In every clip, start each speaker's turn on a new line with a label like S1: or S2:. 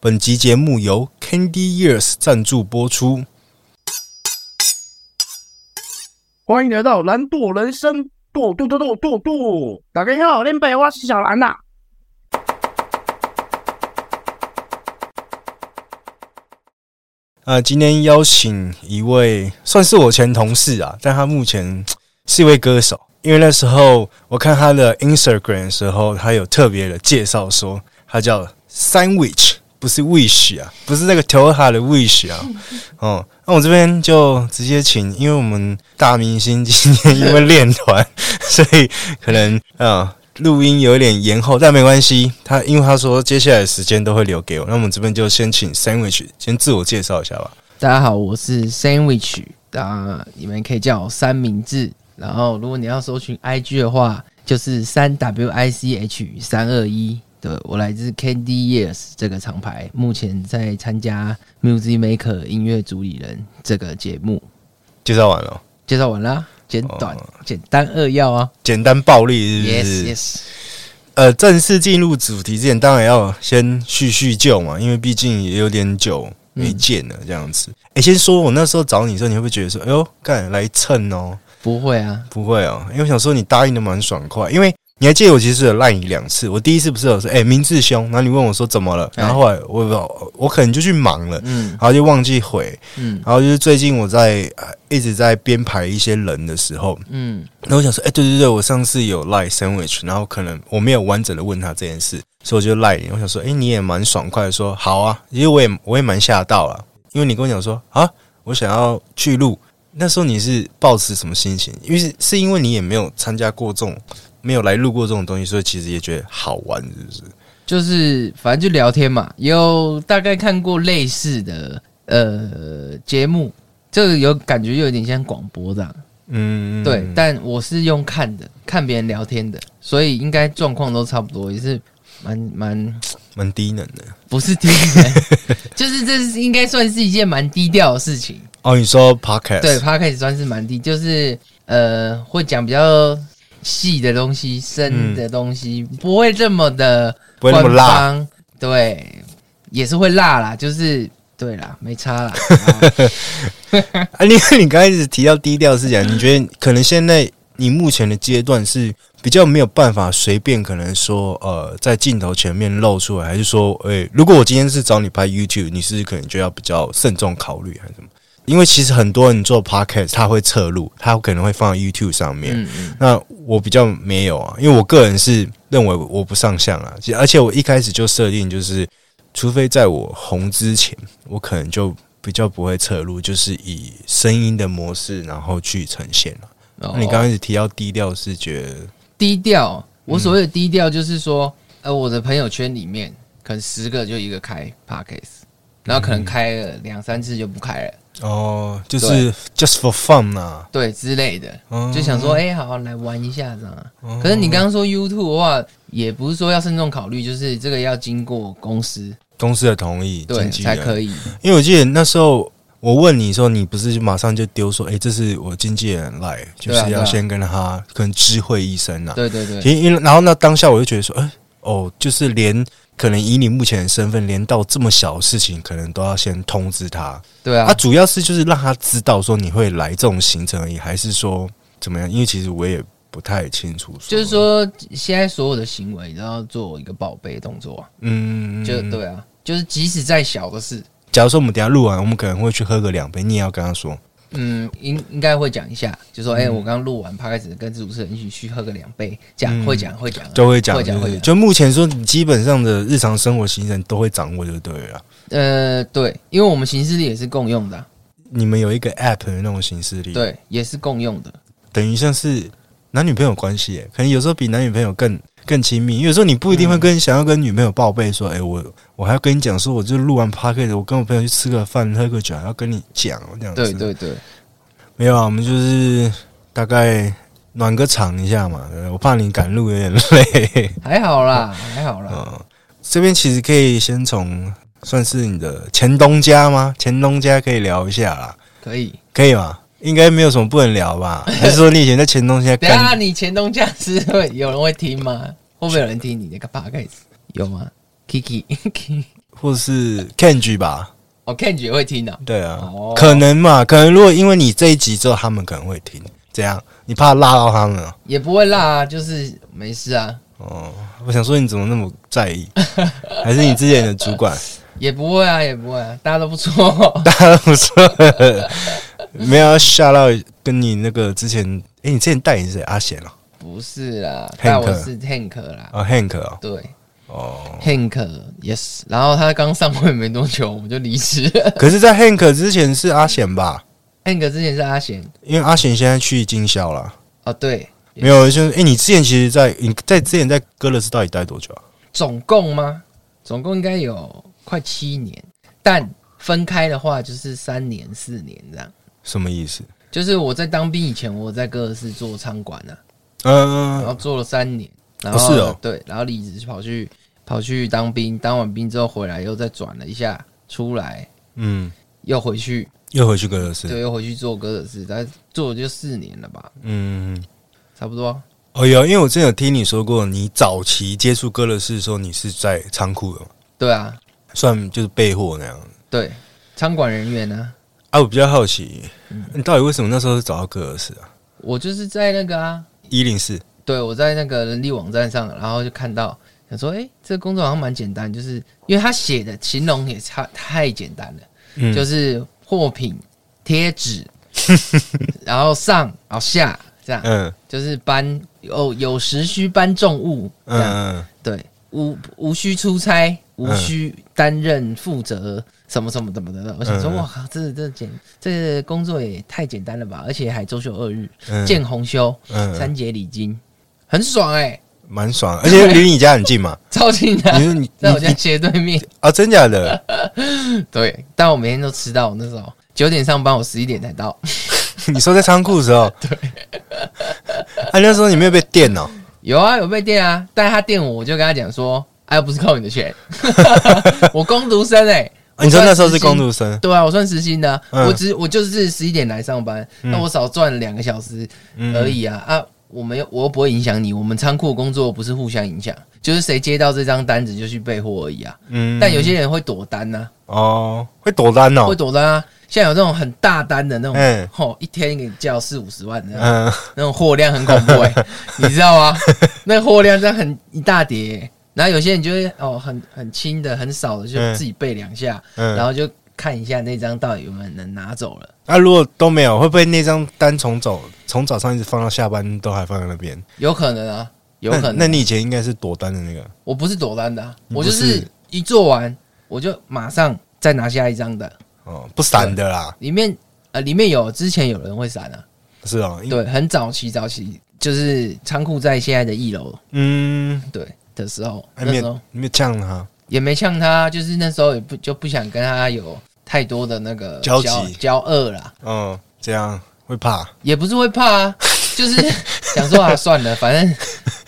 S1: 本集节目由 Candy Years 赞助播出。
S2: 欢迎来到懒惰人生，剁剁剁剁剁剁。大家好，恁爸我是小兰呐、啊
S1: 那今天邀请一位算是我前同事啊，但他目前是一位歌手。因为那时候我看他的 Instagram 的时候，他有特别的介绍说他叫 Sandwich，不是 Wish 啊，不是那个 Toyota 的 Wish 啊。哦，那我这边就直接请，因为我们大明星今天因为练团， 所以可能啊录音有点延后，但没关系。他因为他说接下来的时间都会留给我，那我们这边就先请 Sandwich 先自我介绍一下吧。
S3: 大家好，我是 Sandwich，啊，你们可以叫我三明治。然后，如果你要搜寻 IG 的话，就是三 W I C H 三二一。对我来自 Candy Years 这个厂牌，目前在参加 Music Maker 音乐主理人这个节目。
S1: 介绍完了，
S3: 介绍完啦，简短、
S1: 哦
S3: 简单扼要啊。
S1: 简单暴力是不
S3: Yes
S1: 是
S3: Yes，
S1: 呃，正式进入主题之前，当然要先叙叙旧嘛，因为毕竟也有点久没见了，这样子。哎、先说我那时候找你的时候，你会不会觉得说，哎呦，干来蹭哦？
S3: 不会啊，
S1: 不会哦，因为我想说你答应的蛮爽快，因为你还记得我其实有赖你两次，我第一次不是有说，哎、明志兄，然后你问我说怎么了，
S3: 哎
S1: 然后后来我也不知道我可能就去忙了，
S3: 嗯
S1: 然后就忘记回，
S3: 嗯
S1: 然后就是最近我在、呃一直在编排一些人的时候，
S3: 嗯，
S1: 然后我想说，哎、对对对，我上次有赖 sandwich，然后可能我没有完整的问他这件事，所以我就赖你。我想说，哎、你也蛮爽快的说好啊，因为我也我也蛮吓到了，因为你跟我讲说啊，我想要去录，那时候你是抱持什么心情？因为是是因为你也没有参加过这种，没有来录过这种东西，所以其实也觉得好玩，是不是？
S3: 就是反正就聊天嘛，有大概看过类似的呃节目，这个有感觉有点像广播这样，
S1: 嗯，
S3: 对。但我是用看的，看别人聊天的，所以应该状况都差不多，也是蛮蛮
S1: 蛮低能的。
S3: 不是低的， 就是这是应该算是一件蛮低调的事情。
S1: 哦，你说 podcast
S3: 对 p o d c a s 算是蛮低，就是呃会讲比较细的东西、深的东西，不会这么的
S1: 嗯不会那么辣
S3: 官方，对，也是会辣啦，就是对啦，没差 啦。啊
S1: 啊，因为你刚开始提到低调的事情，你觉得可能现在你目前的阶段是比较没有办法随便可能说呃在镜头前面露出来，还是说，诶、如果我今天是找你拍 YouTube，你是可能就要比较慎重考虑还是什么？因为其实很多人做 Podcast，他会侧录，他可能会放在 YouTube 上面。
S3: 嗯嗯，
S1: 那我比较没有啊，因为我个人是认为我不上相啊，其实而且我一开始就设定就是，除非在我红之前，我可能就比较不会侧录，就是以声音的模式然后去呈现了、
S3: 哦
S1: 那你刚开始提到低调是觉得，
S3: 低调，我所谓的
S1: 嗯
S3: 低调就是说，呃，我的朋友圈里面可能十个就一个开 p o d c a s 然后
S1: 嗯
S3: 可能开了两三次就不开了，
S1: 哦，就是 just for fun 啊，
S3: 对之类的。
S1: 嗯
S3: 就想说，哎、好好来玩一下这样啊。可是你刚刚说 YouTube 的话，也不是说要慎重考虑，就是这个要经过公司
S1: 公司的同意，
S3: 对
S1: 经纪
S3: 才
S1: 人
S3: 可以。
S1: 因为我记得那时候我问你说，你不是就马上就丢说，哎、这是我经纪人来，就
S3: 对啊
S1: 是
S3: 对
S1: 要
S3: 啊
S1: 先跟他可能知会一声啊呐、
S3: 对对对，
S1: 其实因为然后那当下我就觉得说，哎、哦，就是连可能以你目前的身份，连到这么小的事情，可能都要先通知他。
S3: 对
S1: 啊，
S3: 啊，
S1: 主要是就是让他知道说你会来这种行程而已，还是说怎么样？因为其实我也不太清楚。
S3: 就是，说现在所有的行为都要做一个报备动作啊，
S1: 嗯，
S3: 就。对啊，就是即使再小的事，
S1: 假如说我们等一下录完，我们可能会去喝个两杯，你也要跟他说。
S3: 嗯，应应该会讲一下，就说，哎、我刚录完 p o d 跟主持人一起去喝个两杯，讲
S1: 嗯
S3: 会讲会讲啊，
S1: 就会讲，
S3: 会讲
S1: 就
S3: 会
S1: 是
S3: 讲。
S1: 就目前说，你基本上的日常生活行程都会掌握就对了啦。啊
S3: 呃，对，因为我们行事历也是共用的啊、
S1: 你们有一个 app 的那种形式力，，
S3: 对，也是共用的。
S1: 等于像是男女朋友关系耶，可能有时候比男女朋友更更亲密。因为有时候你不一
S3: 嗯
S1: 定会跟、想要跟女朋友报备说，哎、我我还要跟你讲说，我就录完 p o d c a s t 我跟我朋友去吃个饭、喝个酒，还要跟你讲这样子。
S3: 对，对对，
S1: 没有啊，我们就是大概暖个场一下嘛，对我怕你赶路有点累。
S3: 还好啦，还好啦。
S1: 嗯，这边其实可以先从算是你的前东家吗？前东家可以聊一下啦，
S3: 可以。
S1: 可以吗？应该没有什么不能聊吧？还是说你以前在前东家
S3: 等一下
S1: 干？
S3: 你前东家是会有人会听吗？会不会有人听你那个 p o d c a s 有吗？Kiki，
S1: 或是 Kenji 吧，
S3: 哦，Ken 姐会听的、
S1: 对啊
S3: 哦，
S1: 可能嘛，可能如果因为你这一集之后，他们可能会听，这样你怕辣到他们哦。
S3: 也不会辣啊，就是没事啊，
S1: 哦，我想说你怎么那么在 意？还是你之前的主管？
S3: 也不会啊，也不会、啊，大家都不错。
S1: 大家都不错，没有要吓到跟你那个之前，哎、你之前代言是谁阿贤哦，
S3: 不是啦，
S1: Hank
S3: 但我是 Hank 啦，
S1: 哦 Hank 哦，
S3: 对
S1: 哦，
S3: ，Hank yes。然后他刚上位没多久，我们就离职。
S1: 可是，在 Hank 之前是阿贤吧？
S3: Hank 之前是阿贤，
S1: 因为阿贤现在去经销了，
S3: 哦，对，
S1: 没有，就是哎、诶你之前其实在，你在之前在哥乐斯到底待多久啊？
S3: 总共吗？总共应该有快七年，但分开的话就是三年、四年这样。
S1: 什么意思？
S3: 就是我在当兵以前，我在各式做餐馆啊，然后
S1: 嗯，
S3: 做了三年，然
S1: 哦
S3: 后、
S1: 是哦
S3: 对，然后离职跑去跑去当兵，当完兵之后回来又再转了一下，出来
S1: 嗯，
S3: 又回去，
S1: 又回去哥乐斯，
S3: 对，又回去做歌的事，但做了就四年了吧，
S1: 嗯，
S3: 差不多。
S1: 哦有，因为我之前有听你说过，你早期接触哥乐斯的时候，你是在仓库的嘛，
S3: 对啊，
S1: 算就是备货那样。
S3: 对，餐馆人员呢、
S1: 啊，我比较好奇，你到底为什么那时候是找到哥乐斯啊？
S3: 我就是在那个啊，
S1: 一零四。
S3: 对我在那个人力网站上，然后就看到。想说，哎、这个工作好像蛮简单，就是因为他写的形容也差太简单了。
S1: 嗯
S3: 就是货品、贴纸，然后上然后下这样，
S1: 嗯
S3: 就是搬哦，有时需搬重物，这
S1: 嗯
S3: 样、
S1: 嗯
S3: 对，无无需出差，无需担任负责什么什么什么的。我想说，
S1: 嗯
S3: 哇靠，这这简这工作也太简单了吧，而且还周休二日，
S1: 嗯，
S3: 见红休，
S1: 嗯
S3: 三节礼金，很爽哎、
S1: 蛮爽的，而且离你家很近 嘛。
S3: 超近的、
S1: 你说你
S3: 在我家
S1: 你
S3: 斜对面，
S1: 啊，真假 的？
S3: 对，但我每天都迟到。那时候九点上班，我十一点才到。
S1: 你说在仓库的时候，对。啊，那时候你没有被电哦，
S3: 有啊，有被电啊，但他电我，我就跟他讲说，哎、又不是扣你的钱， 我工读生哎、
S1: 啊你说那时候是
S3: 工
S1: 工读生，
S3: 对啊，我算时薪的啊、
S1: 嗯
S3: 我只我就是十一点来上班，那我少赚两个小时
S1: 嗯
S3: 而已啊、啊，我没有，我又不会影响你，我们仓库工作不是互相影响，就是谁接到这张单子就去备货而已啊。
S1: 嗯
S3: 但有些人会躲单啊呐、
S1: 哦会躲单
S3: 会
S1: 哦，
S3: 躲单啊，现在有那种很大单的那种，
S1: 嗯
S3: 吼、一天给你叫四五十万的、
S1: 嗯
S3: 那种货量很恐怖 哎、你知道吗？那货量这样很一大叠欸、然后有些人就会哦，很很轻的、很少的，就
S1: 嗯
S3: 自己背两下，然
S1: 嗯。
S3: 后就看一下那张到底有没有能拿走了。
S1: 那啊如果都没有，会不会那张单从走从早上一直放到下班都还放在那边？
S3: 有可能啊，有可能啊、
S1: 那那你以前应该是躲单的那个，
S3: 我不是躲单的啊、
S1: 你
S3: 我
S1: 不
S3: 就是是一做完我就马上再拿下一张的，
S1: 哦，不散的啦，
S3: 里面呃里面有之前有人会闪啊，
S1: 是哦。因，
S3: 对，很早期早期就是仓库在现在的一楼
S1: 嗯，
S3: 对的时候，
S1: 还
S3: 那
S1: 没
S3: 时候
S1: 有没有呛啊他，
S3: 也没呛他，就是那时候也不就不想跟他有太多的那个
S1: 交集
S3: 交恶啦，
S1: 嗯，这样会怕。
S3: 也不是会怕啊，就是 想说啊，算了，反正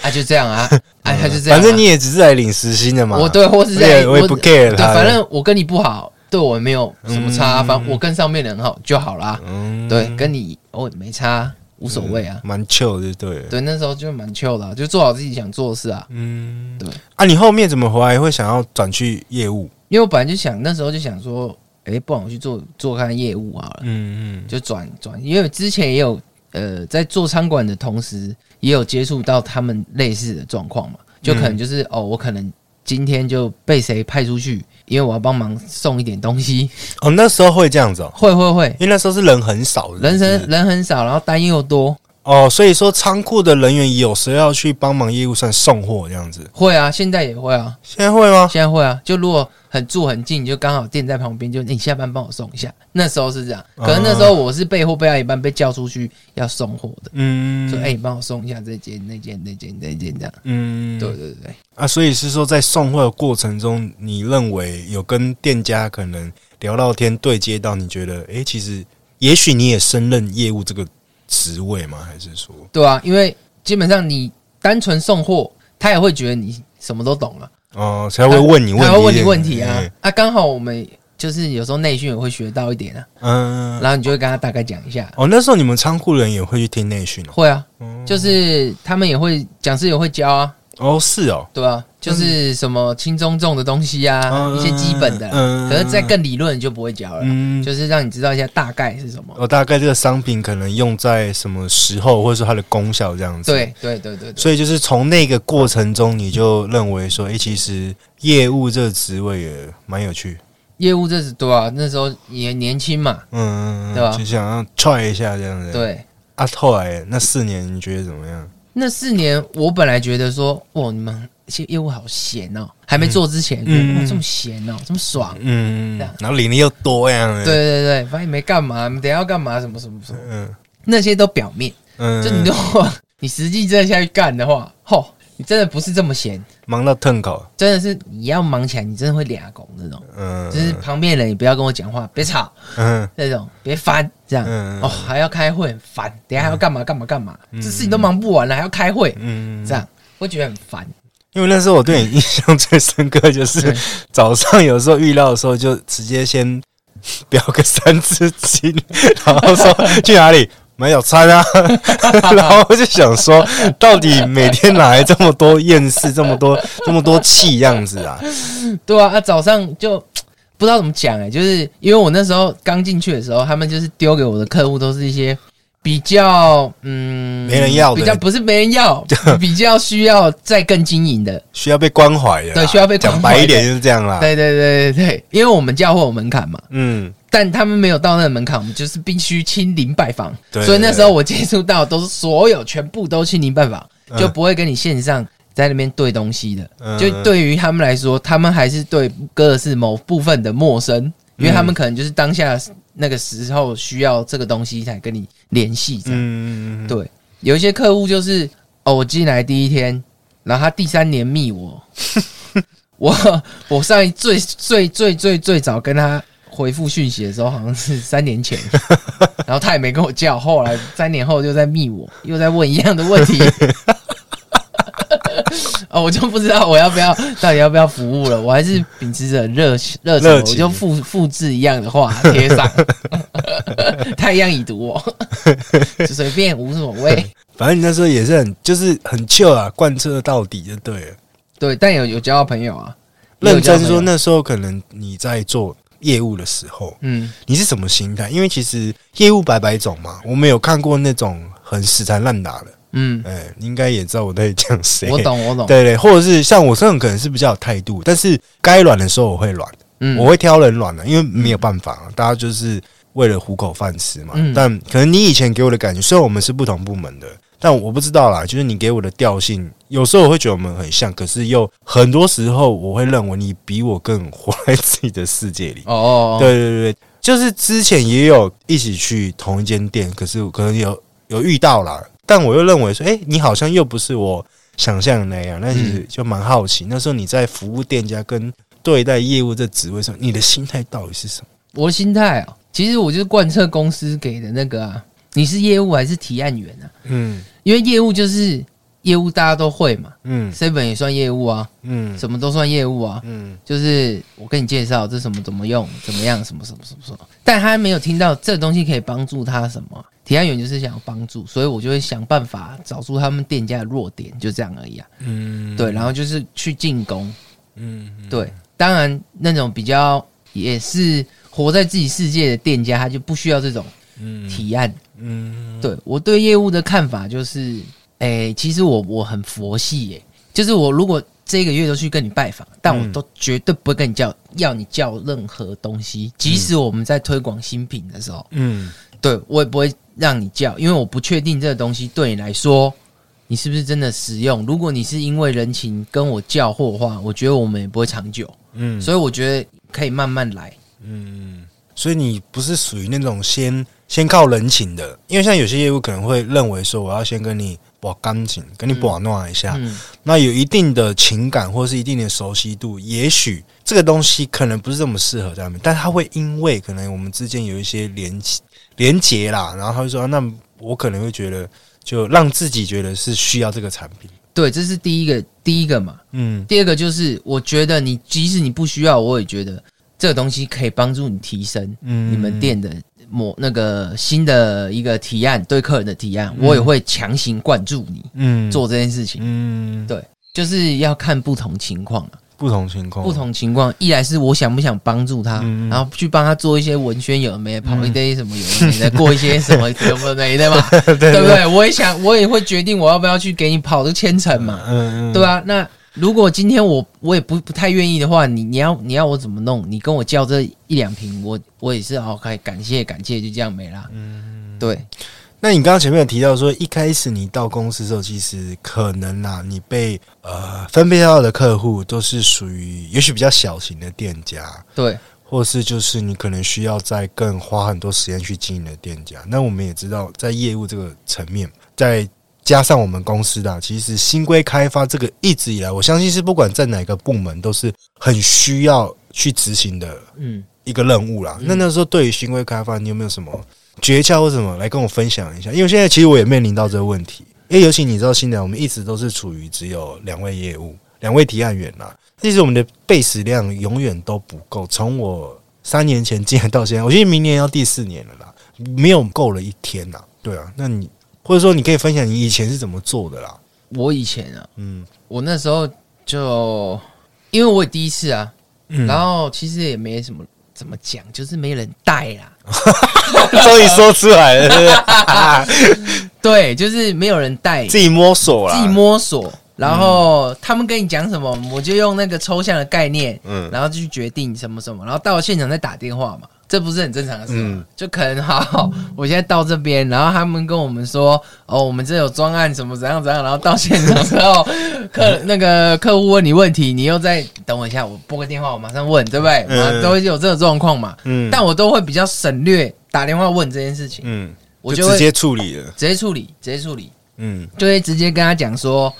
S3: 啊就这样啊，哎、他就这
S1: 嗯
S3: 样啊、
S1: 反正你也只是来领时薪的嘛。
S3: 我对，或是
S1: 我
S3: 在
S1: 也我也不 care
S3: 对，
S1: 他
S3: 反正我跟你不好，对我也没有什么差啊、反正我跟上面的人好就好啦，
S1: 嗯
S3: 对，跟你偶尔没差，无所谓啊、
S1: 蛮 chill 就对了。
S3: 对，那时候就蛮 chill 的啊、就做好自己想做的事啊，
S1: 嗯，
S3: 对
S1: 啊，你后面怎么回来会想要转去业务？
S3: 因为我本来就想那时候就想说，哎、不然我去做做看业务好了。
S1: 嗯
S3: 就转转，因为之前也有呃在做餐馆的同时，也有接触到他们类似的状况嘛，就
S1: 嗯
S3: 可能就是、哦，我可能今天就被谁派出去，因为我要帮忙送一点东西，
S1: 哦，那时候会这样子哦，
S3: 会会会，
S1: 因为那时候是人很少，
S3: 人
S1: 是不
S3: 人
S1: 是
S3: 人很少，然后单又多，
S1: 哦，所以说仓库的人员有时候要去帮忙业务算送货这样子。
S3: 会啊，现在也会啊，
S1: 现在会吗？
S3: 现在会啊，就如果很住很近，就刚好店在旁边，就你下班帮我送一下，那时候是这样，
S1: 啊
S3: 可能那时候我是备货备到一半被叫出去要送货的，
S1: 嗯，
S3: 说哎、你帮我送一下这件那件那件那件这样，
S1: 嗯，
S3: 对对对。
S1: 啊，所以是说在送货的过程中，你认为有跟店家可能聊到天对接到，你觉得，诶，其实也许你也升任业务这个职位吗？还是说，
S3: 对啊，因为基本上你单纯送货，他也会觉得你什么都懂了、
S1: 哦、才会问你问题，
S3: 他会问你问题啊
S1: 嗯。
S3: 啊，刚好我们就是有时候内训也会学到一点啊，
S1: 嗯，
S3: 然后你就会跟他大概讲一下。
S1: 哦，那时候你们仓库人也会去听内训哦。
S3: 会啊，
S1: 嗯
S3: 就是他们也会讲师也会教啊，
S1: 哦，是哦，
S3: 对啊，就是什么轻中重的东西啊，
S1: 嗯
S3: 一些基本的啦。
S1: 嗯
S3: 可是再更理论你就不会教了啦，
S1: 嗯
S3: 就是让你知道一下大概是什么。
S1: 我哦大概这个商品可能用在什么时候，或者说它的功效这样子。，
S3: 对对对对对，
S1: 所以就是从那个过程中，你就认为说，诶，其实业务这个职位也蛮有趣，
S3: 业务这是对啊，那时候也年轻嘛，
S1: 嗯，
S3: 对吧
S1: 就想要 try 一下这样子。，
S3: 对。
S1: 啊，后来那四年你觉得怎么样？
S3: 那四年我本来觉得说，哇，你们这业务好闲哦，还没做之前觉得
S1: 嗯
S3: 哇这么闲哦，这么爽。
S1: 嗯
S3: 这样，
S1: 然后领的又多样的，
S3: 啊对，对对，反正也没干嘛，你们等一下要干嘛，什么什么什么，
S1: 嗯
S3: 那些都表面。
S1: 嗯，
S3: 就你如果你实际真的下去干的话，吼，你真的不是这么闲，
S1: 嗯忙到腾口，
S3: 真的是你要忙起来，你真的会俩拱那种。
S1: 嗯，
S3: 就是旁边的人也不要跟我讲话，别吵
S1: 嗯
S3: 那种，别烦这样。
S1: 嗯
S3: 哦，还要开会，很烦。等一下还要干嘛干嘛干嘛，这事情都忙不完了，还要开会，
S1: 嗯，
S3: 这样会觉得很烦。
S1: 因为那时候我对你印象最深刻，就是
S3: 对
S1: 早上有时候遇到的时候，就直接先表个三字经，然后说去哪里买早餐啊， 然后我就想说，到底每天哪来这么多厌世，这么多这么多气样子啊？
S3: 对啊，啊早上就不知道怎么讲哎、就是因为我那时候刚进去的时候，他们就是丢给我的客户都是一些比较嗯
S1: 没人要的
S3: 比较不是没 人要，比较需要再更经营的。
S1: 需要被关怀的啦，
S3: 对需要被关怀
S1: 讲白一点就是这样啦。
S3: 对对对对对，因为我们教会有门槛嘛，
S1: 嗯，
S3: 但他们没有到那个门槛，我们就是必须亲临拜访。
S1: 对
S3: 所以那时候我接触到都是所有全部都亲临拜访，
S1: 嗯
S3: 就不会跟你线上在那边对东西的。
S1: 嗯
S3: 就对于他们来说，他们还是对歌是某部分的陌生，因为他们可能就是当下那个时候需要这个东西才跟你联系这样。
S1: 嗯，
S3: 对，有一些客户就是哦，我进来第一天，然后他第三年密我，我 我上一最最最最最早跟他回复讯息的时候，好像是三 年前，然后他也没跟我叫，后来三年后又在密我，又在问一样的问题。 哦，我就不知道我要不要，到底要不要服务了。我还是秉持着热热情，
S1: 热
S3: 我
S1: 情
S3: 就复复制一样的话贴上， 他一样已读我，就随便无所 谓。
S1: 反正你那时候也是很就是很 chill 啊，贯彻到底就对了。
S3: 对，但有有交到朋友啊，有
S1: 认
S3: 交
S1: 真
S3: 到朋
S1: 说，
S3: 友
S1: 那时候可能你在做业务的时候，
S3: 嗯，
S1: 你是什么心态？因为其实业务百百种嘛，我们有看过那种很死缠烂打的，
S3: 嗯，
S1: 哎、你应该也知道我在讲谁。
S3: 我。懂，我懂，
S1: 对对，或者是像我这种可能是比较有态度，但是该软的时候我会软，
S3: 嗯，
S1: 我会挑人软的，因为没有办法、大家就是为了糊口饭吃嘛。
S3: 嗯
S1: 但可能你以前给我的感觉，虽然我们是不同部门的，但我不知道啦，就是你给我的调性，有时候我会觉得我们很像，可是又很多时候我会认为你比我更活在自己的世界里。
S3: 哦哦，哦，
S1: 对对对，对就是之前也有一起去同一间店，可是我可能有有遇到啦，但我又认为说，哎、你好像又不是我想象的那样，那其实就蛮好奇。那时候你在服务店家跟对待业务这职位上，你的心态到底是什么？
S3: 我的心态啊，其实我就是贯彻公司给的那个啊，你是业务还是提案员啊？
S1: 嗯
S3: 因为业务就是业务，大家都会嘛
S1: 嗯
S3: ，seven 也算业务啊，
S1: 嗯
S3: 什么都算业务啊，
S1: 嗯
S3: 就是我跟你介绍这什么怎么用，怎么样，什么什么什么什么，但他没有听到这东西可以帮助他什么啊。提案员就是想要帮助，所以我就会想办法找出他们店家的弱点，就这样而已啊。
S1: 嗯，
S3: 对，然后就是去进攻。
S1: 嗯
S3: 对，当然那种比较也是活在自己世界的店家，他就不需要这种
S1: 嗯
S3: 提案。
S1: 嗯
S3: 对我对业务的看法就是，诶、其实我我很佛系耶、就是我如果这个月都去跟你拜访，但我
S1: 嗯
S3: 都绝对不会跟你叫要你叫任何东西，即使我们在推广新品的时候，
S1: 嗯
S3: 对我也不会让你叫，因为我不确定这个东西对你来说，你是不是真的实用。如果你是因为人情跟我叫货的话，我觉得我们也不会长久，
S1: 嗯
S3: 所以我觉得可以慢慢来。
S1: 嗯，所以你不是属于那种先先靠人情的，因为像有些业务可能会认为说，我要先跟你把感情，跟你把弄一下。
S3: 嗯，
S1: 那有一定的情感或是一定的熟悉度，也许这个东西可能不是这么适合在面，但它会因为可能我们之间有一些连连结啦，然后他会说、啊那我可能会觉得，就让自己觉得是需要这个产品。
S3: 对，这是第一个，第一个嘛。
S1: 嗯
S3: 第二个就是，我觉得你即使你不需要，我也觉得这个东西可以帮助你提升
S1: 嗯
S3: 你们店的某那个新的一个提案，对客人的提案，我也会强行灌注你
S1: 嗯
S3: 做这件事情。
S1: 嗯
S3: 对，就是要看不同情况啊，
S1: 不同情况，
S3: 不同情况，一来是我想不想帮助他，
S1: 哦嗯嗯
S3: 然后去帮他做一些文宣有的没的，跑一堆什么有的没的，过一些 什么有的没的嘛，
S1: 对 对
S3: 对不对？我也想，我也会决定我要不要去给你跑这千层嘛，
S1: 嗯嗯，
S3: 对啊，那如果今天我我也不不太愿意的话，你你要你要我怎么弄？你跟我叫这一两瓶，我我也是好开感谢感谢，就这样没啦。嗯，对，
S1: 那你刚刚前面有提到说，一开始你到公司的时候，其实可能啊，你被呃分配到的客户都是属于也许比较小型的店家，
S3: 对，
S1: 或是就是你可能需要再更花很多时间去经营的店家。那我们也知道，在业务这个层面，再加上我们公司的啊、其实新规开发这个一直以来，我相信是不管在哪个部门都是很需要去执行的
S3: 嗯，
S1: 一个任务啦。那那时候对于新规开发，你有没有什么诀窍或什么来跟我分享一下？因为现在其实我也面临到这个问题，因为尤其你知道，新来我们一直都是处于只有两位业务、两位提案员啦，其实我们的 base 量永远都不够。从我三年前进来到现在，我觉得明年要第四年了啦，没有够了一天啦。对啊，那你或者说你可以分享你以前是怎么做的啦？
S3: 我以前啊，
S1: 嗯，
S3: 我那时候就因为我也第一次啊，
S1: 嗯
S3: 然后其实也没什么怎么讲，就是没人带啦。
S1: 终于说出来了，对不对
S3: 对，就是没有人带，
S1: 自己摸索啦，
S3: 自己摸索。然后他们跟你讲什么，我就用那个抽象的概念，
S1: 嗯，
S3: 然后就去决定什么什么，然后到了现场再打电话嘛，这不是很正常的事吗？
S1: 嗯
S3: 就可能好，我现在到这边，然后他们跟我们说，哦，我们这有专案什么怎样怎样，然后到现场 之后，客那个客户问你问题，你又在等我一下，我拨个电话，我马上问，对不对？
S1: 嗯
S3: 然后都会有这种状况嘛，
S1: 嗯
S3: 但我都会比较省略打电话问这件事情，
S1: 嗯，
S3: 我
S1: 就
S3: 会
S1: 直接处理了。
S3: 直接处理，直接处理，
S1: 嗯
S3: 就会直接跟他讲说，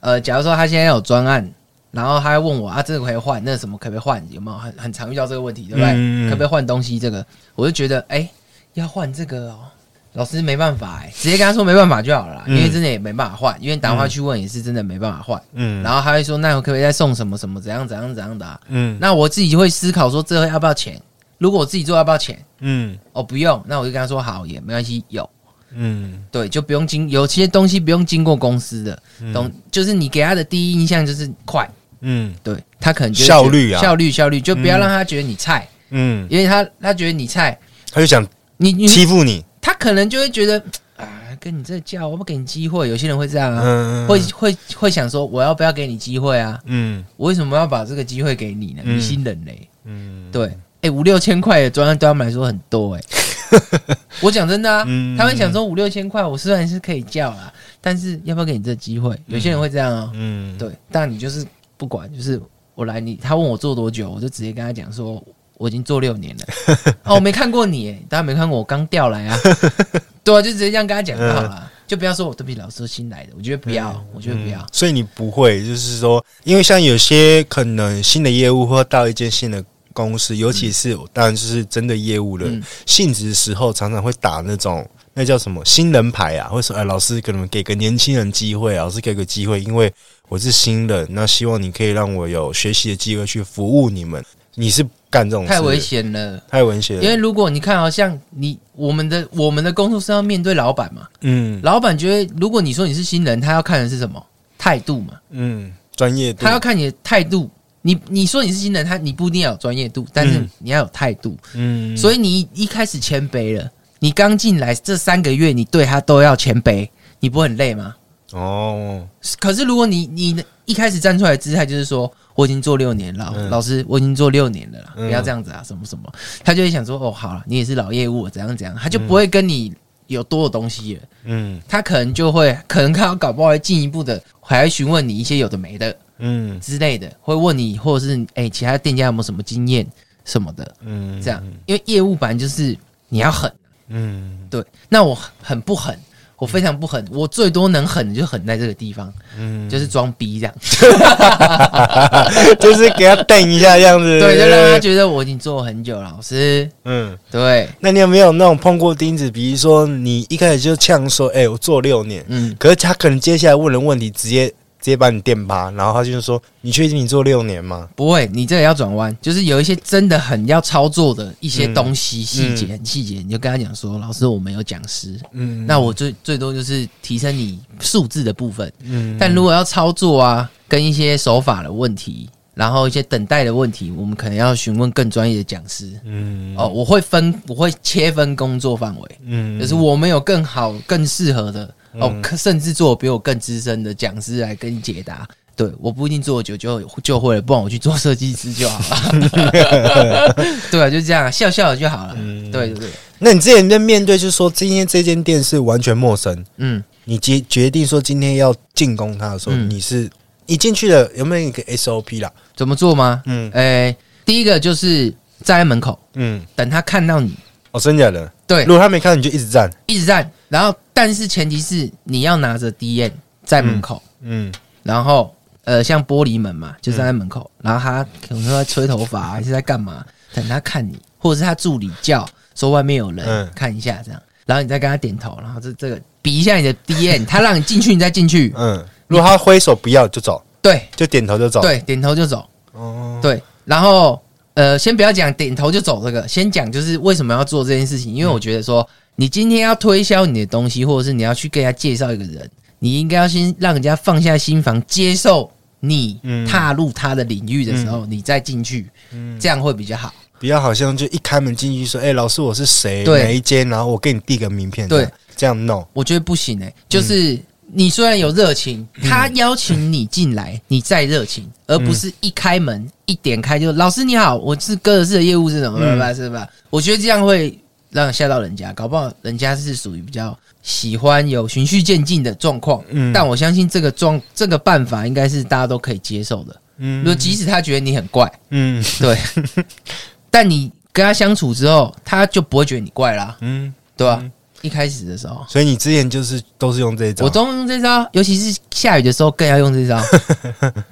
S3: 呃，假如说他现在有专案，然后他会问我啊，这个可以换，那什么可不可以换？有没有很很常遇到这个问题，对不对？
S1: 嗯
S3: 可不可以换东西？这个我就觉得，哎、要换这个哦，老师没办法、哎，直接跟他说没办法就好了啦，
S1: 嗯
S3: 因为真的也没办法换，因为打电话去问也是真的没办法换。
S1: 嗯，
S3: 然后他会说，那我可不可以再送什么什么怎样怎样怎样的、啊？
S1: 嗯
S3: 那我自己就会思考说，这要不要钱？如果我自己做要不要钱？
S1: 嗯
S3: 哦，不用，那我就跟他说好，也没关系，有。
S1: 嗯
S3: 对，就不用经有些东西不用经过公司的，懂？就是你给他的第一印象就是快，
S1: 嗯
S3: 对他可能就会
S1: 效率啊
S3: 效率，效率，就不要让他觉得你菜，
S1: 嗯，
S3: 因为他他觉得你菜，
S1: 他就想
S3: 你你
S1: 欺负你，
S3: 他可能就会觉得啊，跟你这叫我不给你机会，有些人会这样啊，
S1: 嗯，
S3: 会会会想说我要不要给你机会啊？
S1: 嗯
S3: 我为什么要把这个机会给你呢？
S1: 嗯
S3: 你新人嘞，
S1: 嗯，
S3: 对，哎，五六千块的专案对他们来说很多 哎、我讲真的啊，
S1: 嗯
S3: 他们想说五六千块，我虽然是可以叫啦，但是要不要给你这机会？有些人会这样哦、
S1: 嗯，
S3: 对，但你就是不管，就是我来你，他问我做多久，我就直接跟他讲说我已经做六年 了，哦，我没看过你耶，大家没看过我刚调来啊，对啊，就直接这样跟他讲就好了，就不要说我对不起老师我新来的，我觉得不要，
S1: 嗯
S3: 我觉得不要，
S1: 所以你不会，就是说，因为像有些可能新的业务或到一间新的公司，尤其是当然就是针对业务的
S3: 嗯
S1: 性质时候，常常会打那种那叫什么新人牌啊，或者说哎，老师给你们给个年轻人机会啊，老师给个机会，因为我是新人，那希望你可以让我有学习的机会去服务你们。你是干这种事
S3: 太
S1: 的
S3: 危，险了。
S1: 太危险了，
S3: 因为如果你看，好像你我们的我们的工作是要面对老板嘛，
S1: 嗯
S3: 老板觉得如果你说你是新人，他要看的是什么态度嘛？
S1: 嗯，专业度
S3: 他要看你的态度。你你说你是新人，他你不一定要有专业度，但是
S1: 嗯
S3: 你要有态度。
S1: 嗯，
S3: 所以你一开始谦卑了，你刚进来这三个月，你对他都要谦卑，你不会很累吗？
S1: 哦，
S3: 可是如果你你一开始站出来的姿态就是说，我已经做六年了，
S1: 嗯
S3: 老师，我已经做六年了啦，
S1: 嗯
S3: 不要这样子啊，什么什么，他就会想说，哦，好了，你也是老业务，怎样怎样，他就不会跟你有多的东西了，
S1: 嗯
S3: 他可能就会，可能他搞不好会进一步的，还会询问你一些有的没的
S1: 嗯
S3: 之类的，会问你，或者是哎、其他店家有没有什么经验什么的，
S1: 嗯，
S3: 这样，因为业务本来就是你要狠，
S1: 嗯
S3: 对，那我很不狠，我非常不狠，我最多能狠就狠在这个地方，
S1: 嗯，
S3: 就是装逼这 样。
S1: 就是给他瞪一下这样子，
S3: 对，就让他觉得我已经做很久了，老师。
S1: 嗯。
S3: 对，
S1: 那你有没有那种碰过钉子？比如说你一开始就呛说：“哎、我做六年。”
S3: 嗯，
S1: 可是他可能接下来问的问题直接直接把你电趴，然后他就说：“你确定你做六年吗
S3: 不会，你这个要转弯，就是有一些真的很要操作的一
S1: 嗯
S3: 些东西细节，很细节，你就跟他讲说，老师，我们有讲师，？”
S1: 嗯，
S3: 那我最最多就是提升你数字的部分，
S1: 嗯
S3: 但如果要操作啊，跟一些手法的问题，然后一些等待的问题，我们可能要询问更专业的讲师。
S1: 嗯
S3: 哦，我会分，我会切分工作范围，
S1: 嗯
S3: 就是我们有更好、更适合的哦，可甚至做比我更资深的讲师来跟你解答。对，我不一定做久就就会了，不然我去做设计师就好了。 对啊，就这样，笑笑的就好了。
S1: 嗯
S3: 对对对，
S1: 那你之前在面对，就是说今天这间店是完全陌生，
S3: 嗯，
S1: 你决决定说今天要进攻它的时候，
S3: 嗯
S1: 你是一进去了有没有一个 SOP 啦？
S3: 怎么做吗？
S1: 嗯
S3: 诶、第一个就是站在门口
S1: 嗯，
S3: 等他看到你，
S1: 哦，真假的？
S3: 对
S1: 如，果他没看到，你就一直站。
S3: 一直站，然后但是前提是你要拿着 D N 在门口，
S1: 嗯
S3: 然后呃像玻璃门嘛，就站在门口，
S1: 嗯
S3: 然后他可能在吹头发、还是在干嘛，等他看你，或者是他助理叫说外面有人、
S1: 嗯
S3: 看一下这样，然后你再跟他点头，然后这这个比一下你的 D N，他让你进去你再进去，
S1: 嗯，如果他挥手不要就走，
S3: 对
S1: 就点头就走。，
S3: 对，点头就走，
S1: 哦，
S3: 对，然后呃，先不要讲点头就走这个，先讲就是为什么要做这件事情，因为我觉得说，你今天要推销你的东西，或者是你要去跟人家介绍一个人，你应该要先让人家放下心房，接受你
S1: 嗯
S3: 踏入他的领域的时候，你再进去，这样会比较好。
S1: 不要好像就一开门进去说：“哎、老师，我是谁？
S3: 对
S1: 哪一间？”然后我给你递个名片。
S3: 对
S1: 这样，这样弄。
S3: 我觉得不行哎、
S1: 嗯
S3: 就是你虽然有热情，他邀请你进
S1: 嗯
S3: 来，你再热情，而不是一开门一点开就老师你好，我是歌德式的业务是什么
S1: 嗯
S3: 吧是吧？我觉得这样会让吓到人家，搞不好人家是属于比较喜欢有循序渐进的状况。
S1: 嗯
S3: 但我相信这个状这个办法应该是大家都可以接受的。如果
S1: 嗯
S3: 即使他觉得你 很怪，
S1: 嗯
S3: 对，但你跟他相处之后，他就不会觉得你怪啦，
S1: 嗯，
S3: 对吧、一开始的时候，
S1: 所以你之前就是都是用这一招，
S3: 我都用这招，尤其是下雨的时候更要用 这招，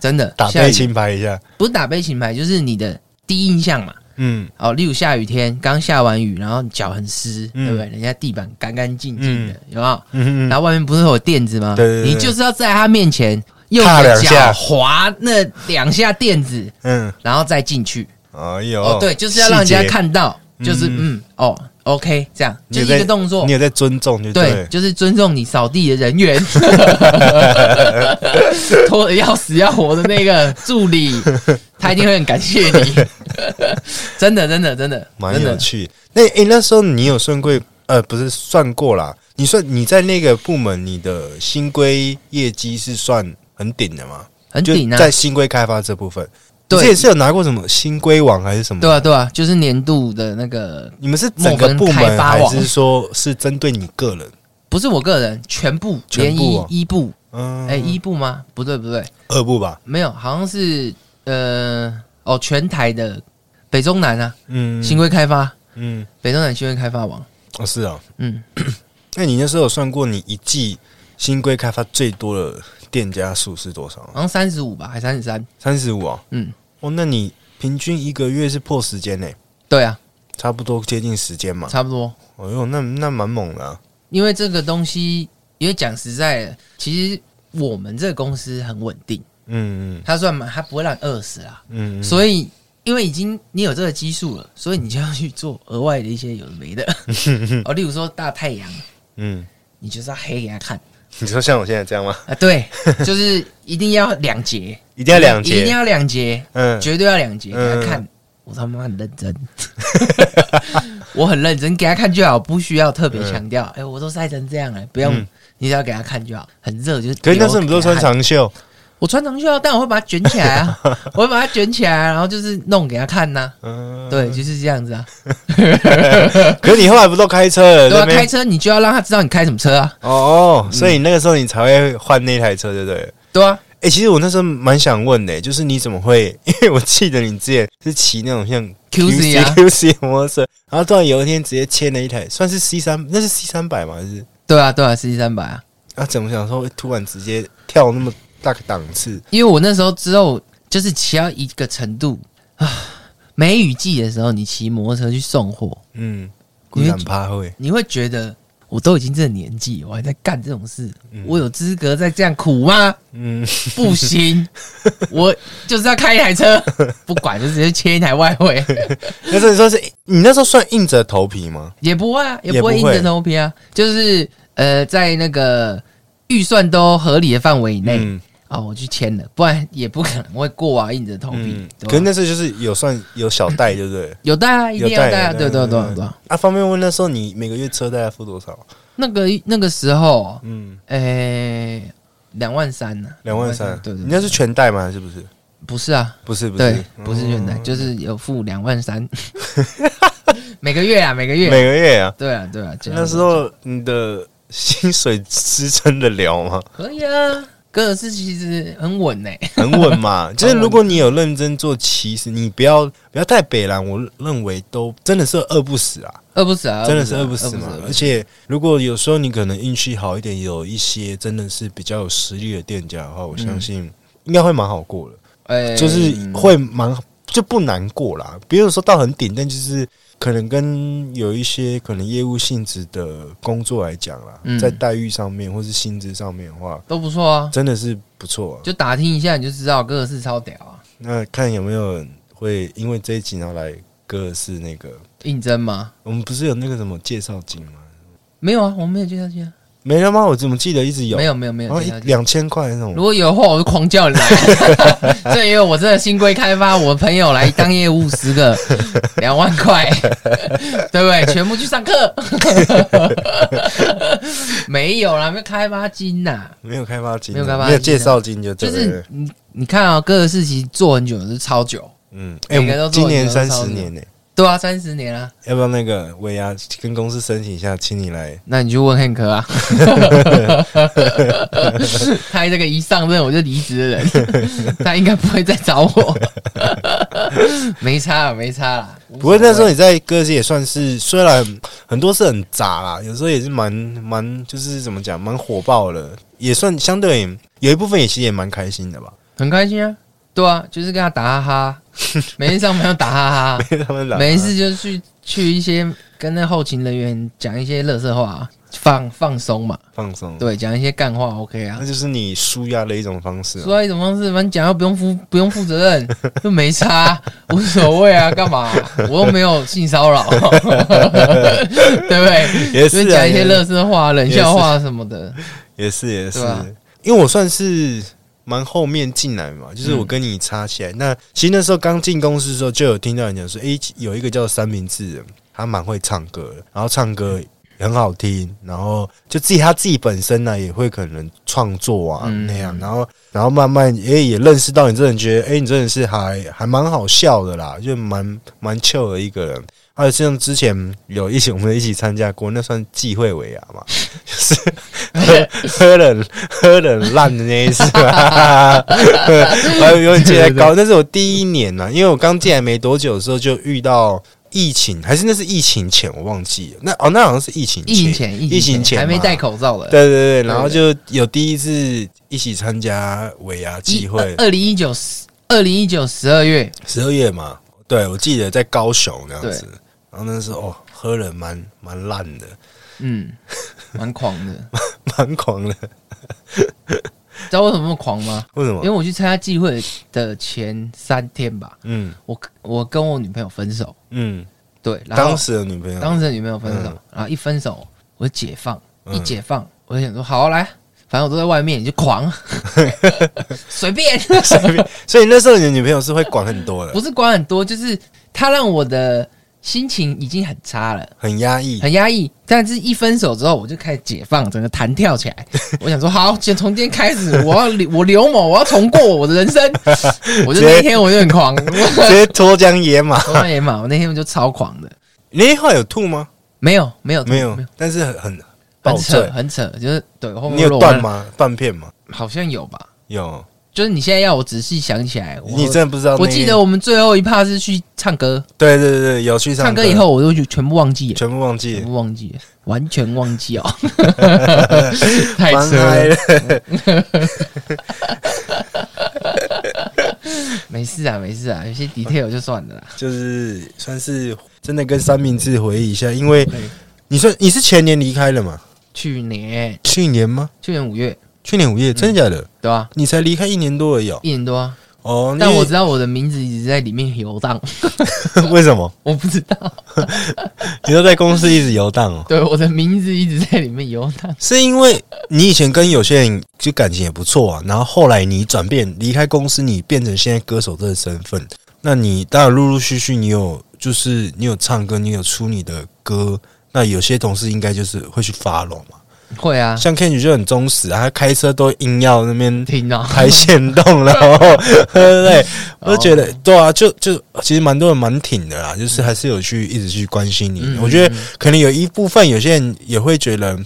S3: 真的。
S1: 打
S3: 下
S1: 背
S3: 雨
S1: 清牌一下。
S3: 不是打悲情牌，就是你的第一印象嘛。
S1: 嗯
S3: 哦，例如下雨天，刚下完雨，然后你脚很湿，
S1: 嗯
S3: 对不对？人家地板干干净净的，有没有？
S1: 嗯
S3: 然后外面不是有垫子吗？
S1: 对对对
S3: 你就是要在他面前用
S1: 踏
S3: 你的
S1: 两下
S3: 脚滑那两下垫子，
S1: 嗯，
S3: 然后再进去。
S1: 哎呦，
S3: 哦，对，就是要让人
S1: 细
S3: 家
S1: 节
S3: 看到，就是
S1: 嗯
S3: 嗯，哦，OK，这样
S1: 你
S3: 就
S1: 有
S3: 一
S1: 在
S3: 个动作
S1: 你，有在尊重就
S3: 对，
S1: 对。
S3: 就是尊重你扫地的 人员，拖的要死要活的那个 助理，他一定会很感谢你。真的，真的，真的，
S1: 蛮
S3: 真
S1: 有
S3: 的。
S1: 趣。那诶、那时候你有算过？呃，不是算过啦。你算你在那个部门，你的新规业绩是算很顶的吗？
S3: 很顶
S1: 就
S3: 啊！
S1: 在新规开发这部分，
S3: 对
S1: 你之前是有拿过什么新规网还是什么？
S3: 对啊，对啊，就是年度的那个，
S1: 你们是整个部
S3: 莫分
S1: 门，
S3: 开发
S1: 还
S3: 网
S1: 是说是针对你个人？
S3: 不是我个人，全部
S1: 全
S3: 连
S1: 部
S3: 一
S1: 哦
S3: 一部，
S1: 嗯，
S3: 哎，一部吗？不对，不对，
S1: 二部吧，
S3: 没有，好像是呃，哦，全台的北中南啊，
S1: 嗯，
S3: 新规开发，
S1: 嗯，
S3: 北中南新规开发网，
S1: 哦是啊。
S3: 嗯，
S1: 那你那时候有算过你一季新规开发最多的店家数是多少？
S3: 好像三十五吧，还三十三，
S1: 三十五啊。
S3: 哦嗯，
S1: 哦，那你平均一个月是破时间呢、
S3: 对啊，
S1: 差不多接近时间嘛。
S3: 差不多。
S1: 哎呦，那那蛮猛的、啊。
S3: 因为这个东西，因为讲实在的，其实我们这个公司很稳定，
S1: 嗯
S3: 它算蛮，它不会让你饿死啦。
S1: 嗯嗯，
S3: 所以，因为已经你有这个基数了，所以你就要去做额外的一些有的 没的，哦，例如说大太阳，
S1: 嗯，
S3: 你就是要黑给他看
S1: 你说像我现在这样吗？
S3: 啊，对，就是一定要两节，
S1: 一定要两
S3: 一定
S1: 节，
S3: 要两节，
S1: 嗯，
S3: 绝对要两节给他看。我他妈很认 真，我很认真给他看就好，不需要特别强调。哎、我都晒成这样了，不用，
S1: 嗯
S3: 你只要给他看就好。很热就是。
S1: 可是那时候你不是都穿？长袖？
S3: 我穿长袖啊，但我会把它卷起来 啊，我会把它卷起来，啊然后就是弄给他看呐、
S1: 嗯，
S3: 对，就是这样子啊。
S1: 呃可是你后来不都开车了？
S3: 对啊，
S1: 那边
S3: 开车你就要让他知道你开什么车啊。
S1: 哦，所以那个时候你才会换那台车，对不对？
S3: 对啊，
S1: 哎、其实我那时候蛮想问的、就是你怎么会？ 因为我记得你之前是骑那种像
S3: QC 啊
S1: QC 摩托车，然后突然有一天直接签了一台，算是 C 三，那是 C 三百吗？还是
S3: 对啊，对啊，C 三百啊。
S1: 啊？怎么想说会突然直接跳那么大个档次？
S3: 因为我那时候之后就是骑到一个程度啊，梅雨季的时候，你骑摩托车去送货，
S1: 嗯，
S3: 你
S1: 孤
S3: 会
S1: 胆趴会，
S3: 你会觉得我都已经这个年纪，我还在干这种事，
S1: 嗯
S3: 我有资格再这样苦吗？
S1: 嗯，
S3: 不行，我就是要开一台 车，不管就直接切一台外汇，
S1: 那时候你说是你那时候算硬着头皮吗？
S3: 也不会啊，也
S1: 也
S3: 不
S1: 不
S3: 会
S1: 会
S3: 硬着头皮啊，就是呃，在那个预算都合理的范围以内。
S1: 嗯
S3: 哦，我去签了，不然也不可能会过啊，硬着头皮。
S1: 嗯，
S3: 对吧
S1: 可是那时候就是有算有小贷，对不对？
S3: 有带啊，一定要带啊，对对对对对。
S1: 啊，方便问那时候你每个月车贷要付多少？
S3: 那个那个时候，
S1: 嗯，
S3: 诶、两万三呢、
S1: 两万三。
S3: 对对
S1: 你那是全贷吗？是不是？
S3: 不是啊，
S1: 不是，不
S3: 对
S1: 是，，
S3: 不是
S1: 哦
S3: 原来、就是有付两万三， 每个月啊，每个
S1: 每
S3: 月，
S1: 个月啊。
S3: 对啊，对啊，这样
S1: 那时候你的薪水支撑得了 吗？
S3: 可以啊，戈尔斯其实很稳呢、
S1: 很稳嘛，就是如果你有认真做骑士，你不要不要太北蓝，我认为都真的是饿不死啊，
S3: 饿不死啊，
S1: 真的是饿不
S3: 不啊
S1: 死嘛。而
S3: 而且
S1: 且如果有时候你可能运气好一点，有一些真的是比较有实力的店家的话，我相信应该会蛮好过的，哎
S3: 哎
S1: 就是会蛮就不难过啦。不用说到很顶，但就是可能跟有一些可能业务性质的工作来讲啦，
S3: 嗯
S1: 在待遇上面或是薪资上面的话，
S3: 都不错啊，
S1: 真的是不错啊、
S3: 就打听一下你就知道戈尔斯超屌啊，
S1: 那看有没有人会因为这一集然后来歌是那个，
S3: 应征吗？
S1: 我们不是有那个什么介绍金吗？
S3: 没有啊，我没有介绍去啊，
S1: 没了吗？我怎么记得一直有？
S3: 没，有没有没
S1: 然后哦
S3: 有
S1: 一
S3: 介绍去。
S1: 两千块那种。
S3: 如果有的话，我就狂叫你来。这也有我这个新规开发，我朋友来当业务十个，两万块，对不对？全部去上课。没有啦，没有开发金呐、
S1: 没有开发金啊，
S3: 没有开发金啊
S1: 没有介绍金就
S3: 就
S1: 这
S3: 是
S1: 个。
S3: 你你看啊、各个事情做很久是超久，
S1: 嗯，哎，我
S3: 每个都
S1: 们
S3: 做
S1: 今年
S3: 一个
S1: 三
S3: 都超
S1: 十
S3: 过
S1: 年呢，
S3: 对啊，三十年啊。
S1: 要不要那个尾牙跟公司申请一下，请你来？
S3: 那你去问汉克啊，他这个一上任我就离职的人，他应该不会再找我。没差啊，没差啦。无所谓
S1: 不过那时候你在歌界也算是，虽然很多是很杂啦，有时候也是蛮蛮就是怎么讲，蛮火爆的，也算相对有一部分也其实也蛮开心的吧。
S3: 很开心啊，对啊，就是跟他打 哈哈，每天上班要打哈哈，
S1: 他们懒啊
S3: 没事就去去一些跟那后勤人员讲一些乐色话，放放松嘛，
S1: 放松，
S3: 对，讲一些干话 OK 啊
S1: 那。就是你舒压的一种方式、啊。
S3: 说到一哎种方式，反正讲又不用负不用负 责任，又没差，无所谓啊，干嘛、我又没有性 骚扰，对不对？
S1: 也
S3: 就是
S1: 是啊
S3: 讲一些乐色话、冷笑话什么的，
S1: 也是也是
S3: 对啊吧，
S1: 因为我算是蛮后面进来嘛，就是
S3: 嗯
S1: 我跟你插起来。那其实那时候刚进公司的时候，就有听到人讲说，诶、有一个叫三明治人，他蛮会唱歌的，然后唱歌。很好听，然后就自己他自己本身呢、也会可能创作啊、
S3: 嗯
S1: 那样，然后然后慢慢诶、也认识到你这人，觉得诶、你真的是还还蛮好笑的啦，就蛮蛮 chill 的一个人。还有像之前有一起我们一起参加过，那算忌讳尾牙嘛，就是喝喝了喝了烂的那一次 吧，还有有点记得高，那是我第一年呢、因为我刚进来没多久的时候就遇到疫情，还是那是疫情前我忘记了，那哦那好像是疫情前
S3: 疫情前
S1: 疫情前
S3: 还没
S1: 嘛
S3: 戴口罩的，
S1: 对对对，然后就有第一次一起参加尾牙
S3: 一呃
S1: 集会，
S3: 二零一九二零一九十二月，
S1: 十二月嘛，对我记得在高雄那样子
S3: 对，
S1: 然后那时候哦喝了蛮蛮烂的，
S3: 嗯，蛮狂的。
S1: 蛮狂的，
S3: 知道为什么那么狂 吗？
S1: 为什
S3: 因
S1: 么
S3: 为？我去参加聚会的前三天吧，
S1: 嗯
S3: 我我跟我女朋友分手，
S1: 嗯，
S3: 对，然后
S1: 当时的女朋友，
S3: 当时的女朋友分手，
S1: 嗯
S3: 然后一分手我解放，
S1: 嗯
S3: 一解放我就想说好、来，反正我都在外面，你 就狂，随便，
S1: 所以那时候你的女朋友是会管很多的
S3: 不，是管很多，就是她让我的心情已经很差了。
S1: 很压抑。
S3: 很压抑，但是一分手之后，我就开始解放，整个弹跳起来。我想说，好，就从今天开始，我要刘我刘某，我要重过我的人生。我就
S1: 直接
S3: 那一天我就很狂，
S1: 直接脱缰野马。
S3: 我也嘛，我那天我就超狂的，
S1: 你后来有吐吗？
S3: 没有没有
S1: 没有
S3: 没有，，
S1: 但是很很
S3: 很
S1: 爆
S3: 扯
S1: 醉。
S3: 很啊扯，就是对后面
S1: 你有
S3: 我
S1: 断？吗？断片吗？
S3: 好像有吧，
S1: 有，
S3: 就是你现在要我仔细想起来，我
S1: 你真的不知道那一。
S3: 我记得我们最后一趴是去唱歌，
S1: 对对对对，有去
S3: 唱
S1: 歌
S3: 歌以后我就全部忘记了。
S1: 全部忘记
S3: 全
S1: 了，
S3: 部忘记了，完全忘记哦， 太
S1: 蛮
S3: 扯
S1: 嗨
S3: 了，
S1: 的。
S3: 没事啊，没事啊，有些 detail 就算了啦。
S1: 就是算是真的跟三明治回忆一下，因为你算你是前年离开了吗？
S3: 去年
S1: 去年吗？
S3: 去年五月，
S1: 去年五
S3: 嗯
S1: 月，真的假的？
S3: 对吧、
S1: 你才离开一年多而已哦。
S3: 一年多啊，
S1: 哦，
S3: 但
S1: 因为
S3: 我知道我的名字一直在里面游荡，
S1: 为什么
S3: 我不知道，
S1: 你都在公司一直游荡哦？
S3: 对，我的名字一直在里面游荡，
S1: 是因为你以前跟有些人就感情也不错啊，然后后来你转变离开公司，你变成现在歌手这个身份，那你当然陆陆续续你有就是你有唱歌，你有出你的歌，那有些同事应该就是会去 follow 嘛。
S3: 会啊，
S1: 像 Ken 就很忠实啊，他开车都硬要那边
S3: 听啊到、
S1: 拍线动， 然后对不对？我就觉
S3: 哦
S1: 得对啊，就就其实蛮多人蛮挺的啦，就是还是有去一直去关心你。
S3: 嗯
S1: 我觉得
S3: 嗯
S1: 可能有一部分有些人也会觉得，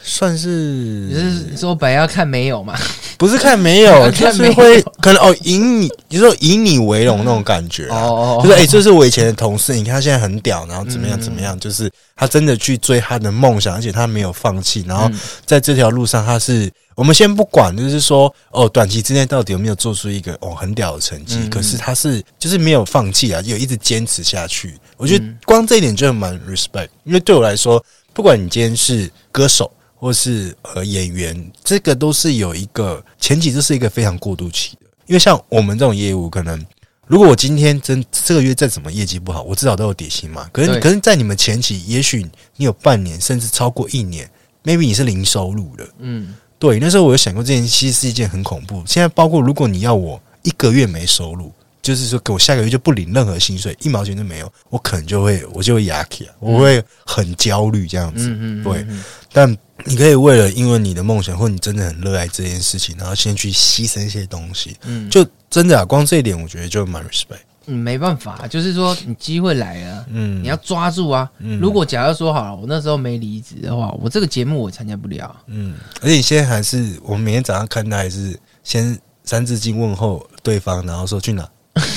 S1: 算是
S3: 你是说本来要看没有嘛？
S1: 不是看没有，就
S3: 看没
S1: 是
S3: 有
S1: 会可能哦，以你就是以你为荣那种感觉啊。
S3: 哦，
S1: 就是哎、这是我以前的同事，你看他现在很屌，然后怎么样
S3: 嗯
S1: 怎么样，就是他真的去追他的梦想，而且他没有放弃，然后
S3: 嗯
S1: 在这条路上他是，我们先不管，就是说哦，短期之内到底有没有做出一个哦很屌的成绩，
S3: 嗯
S1: 可是他是就是没有放弃啊，有一直坚持下去，我觉得
S3: 嗯
S1: 光这一点就蛮 respect，因为对我来说，不管你今天是歌手。或是呃演员，这个都是有一个前期，这是一个非常过渡期的。因为像我们这种业务，可能如果我今天真这个月再怎么业绩不好，我至少都有底薪嘛。可是
S3: 对
S1: 可是在你们前期，也许你有半年甚至超过一年，maybe 你是零收入的。
S3: 嗯，
S1: 对，那时候我有想过这件事，其实是一件很恐怖。现在包括如果你要我一个月没收入，就是说给我下个月就不领任何薪水，一毛钱都没有，我可能就会我就会牙起来，我会很焦虑这样子。
S3: 嗯嗯，
S1: 对
S3: 嗯，嗯
S1: 但你可以为了因为你的梦想，或你真的很热爱这件事情，然后先去牺牲一些东西。
S3: 嗯，就
S1: 就真的啊，光这一点我觉得就蛮 respect。
S3: 嗯没办法，就是说你机会来了，
S1: 嗯，
S3: 你要抓住啊。
S1: 嗯
S3: 如果假如说好了，我那时候没离职的话，我这个节目我参加不了。
S1: 嗯，而且你现在还是我们每天早上看他还是先三字经问候对方，然后说去哪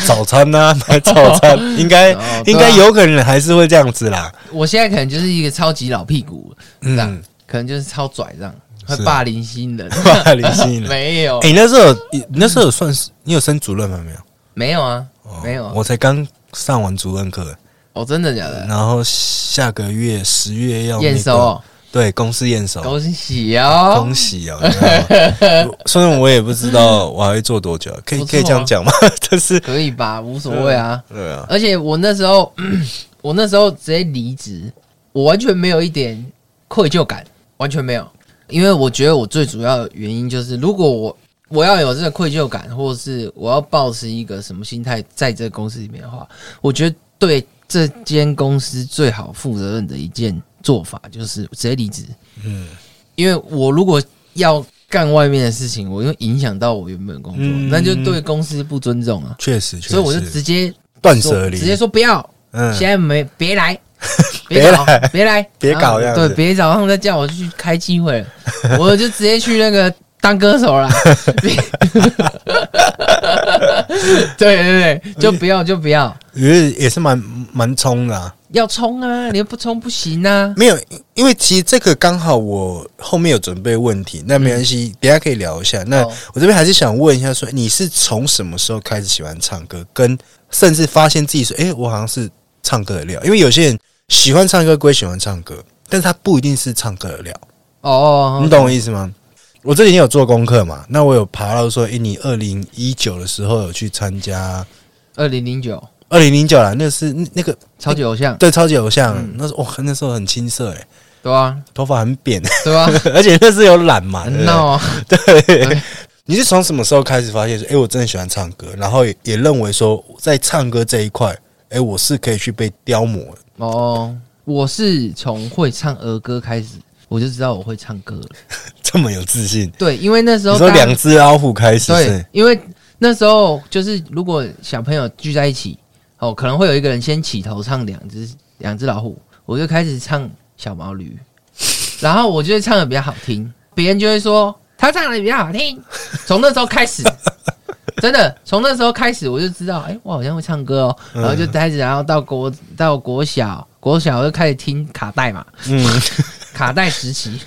S1: 早餐呐、买早 餐，应该、
S3: 哦对啊
S1: 应该有可能还是会这样子 啦。
S3: 我现在可能就是一个超级老屁股，这样
S1: 嗯，
S3: 可能就是超拽这样，
S1: 是
S3: 会霸凌新 人。
S1: 霸凌新人。
S3: 啊没有
S1: 哎、，你那时候有你那时候有算是你有升主任吗？没有，
S3: 没有啊，
S1: 哦
S3: 没有
S1: 我才刚上完主任课，
S3: 哦，真的假的？
S1: 然后下个月十月要那个
S3: 验收哦，
S1: 对公司验收，
S3: 恭喜哦
S1: 恭！喜哦！你知道 吗虽然我也不知道我还会做多久，可以
S3: 不错啊
S1: 可以这样讲吗？ 但是
S3: 可以吧，无所谓啊。
S1: 对啊，
S3: 而且我那时候， 我那时候直接离职，我完全没有一点愧疚感，完全没有，因为我觉得我最主要的原因就是，如果我我要有这个愧疚感，或者是我要保持一个什么心态在这个公司里面的话，我觉得对这间公司最好负责任的一件做法就是直接离职。
S1: 嗯
S3: 因为我如果要干外面的事情，我又影响到我原本的工作，
S1: 嗯
S3: 那就对公司不尊重啊。
S1: 确实，确实
S3: 所以我就直接
S1: 断
S3: 说
S1: 舍离，
S3: 直接说不要，
S1: 嗯
S3: 现在没 别来，
S1: 别
S3: 搞
S1: 来，
S3: 别来，
S1: 别搞这
S3: 然
S1: 样
S3: 后
S1: 子
S3: 对，别早上再叫我去开机会 了，我就直接去那个当歌手了。别对对对，就不要就不要，
S1: 因为也是蛮蛮冲的、啊。
S3: 要冲啊！你又不冲不行啊！
S1: 没有，因为其实这个刚好我后面有准备问题，那没关系，
S3: 嗯
S1: 等一下可以聊一下。那
S3: 哦
S1: 我这边还是想问一下说你是从什么时候开始喜欢唱歌，跟甚至发现自己说，哎、我好像是唱歌的料？因为有些人喜欢唱歌归喜欢唱歌，但是他不一定是唱歌的料。
S3: 哦，
S1: 你懂我意思吗？我这几天有做功课嘛，那我有爬到说，诶、你二零一九的时候有去参加
S3: 二零零九
S1: 二零零九啦，那是那那个
S3: 超级偶像，
S1: 对超级偶像，
S3: 嗯
S1: 那时候哇，那时候很青涩诶、
S3: 对吧？
S1: 头发很扁，
S3: 对 吧？
S1: 而且那是有染嘛，对不对
S3: 很闹啊！
S1: 对， 你是从什么时候开始发现说，哎、我真的喜欢唱歌，然后也也认为说，在唱歌这一块，哎、我是可以去被雕磨的。
S3: 哦，我是从会唱儿歌开始，我就知道我会唱歌了。
S1: 这么有自信？
S3: 对，因为那时候
S1: 你说
S3: 大家
S1: 两只老虎开始
S3: 对
S1: 是，？
S3: 因为那时候就是如果小朋友聚在一起，哦，可能会有一个人先起头唱两只两只老虎，我就开始唱小毛驴，然后我就会唱的比较好听，别人就会说他唱的比较好听。从那时候开始， 真的从那时候开始我就知道，哎、我好像会唱歌哦，
S1: 嗯
S3: 然后就开始，然后到国到国小，国小就开始听卡带嘛，
S1: 嗯，
S3: 卡带时期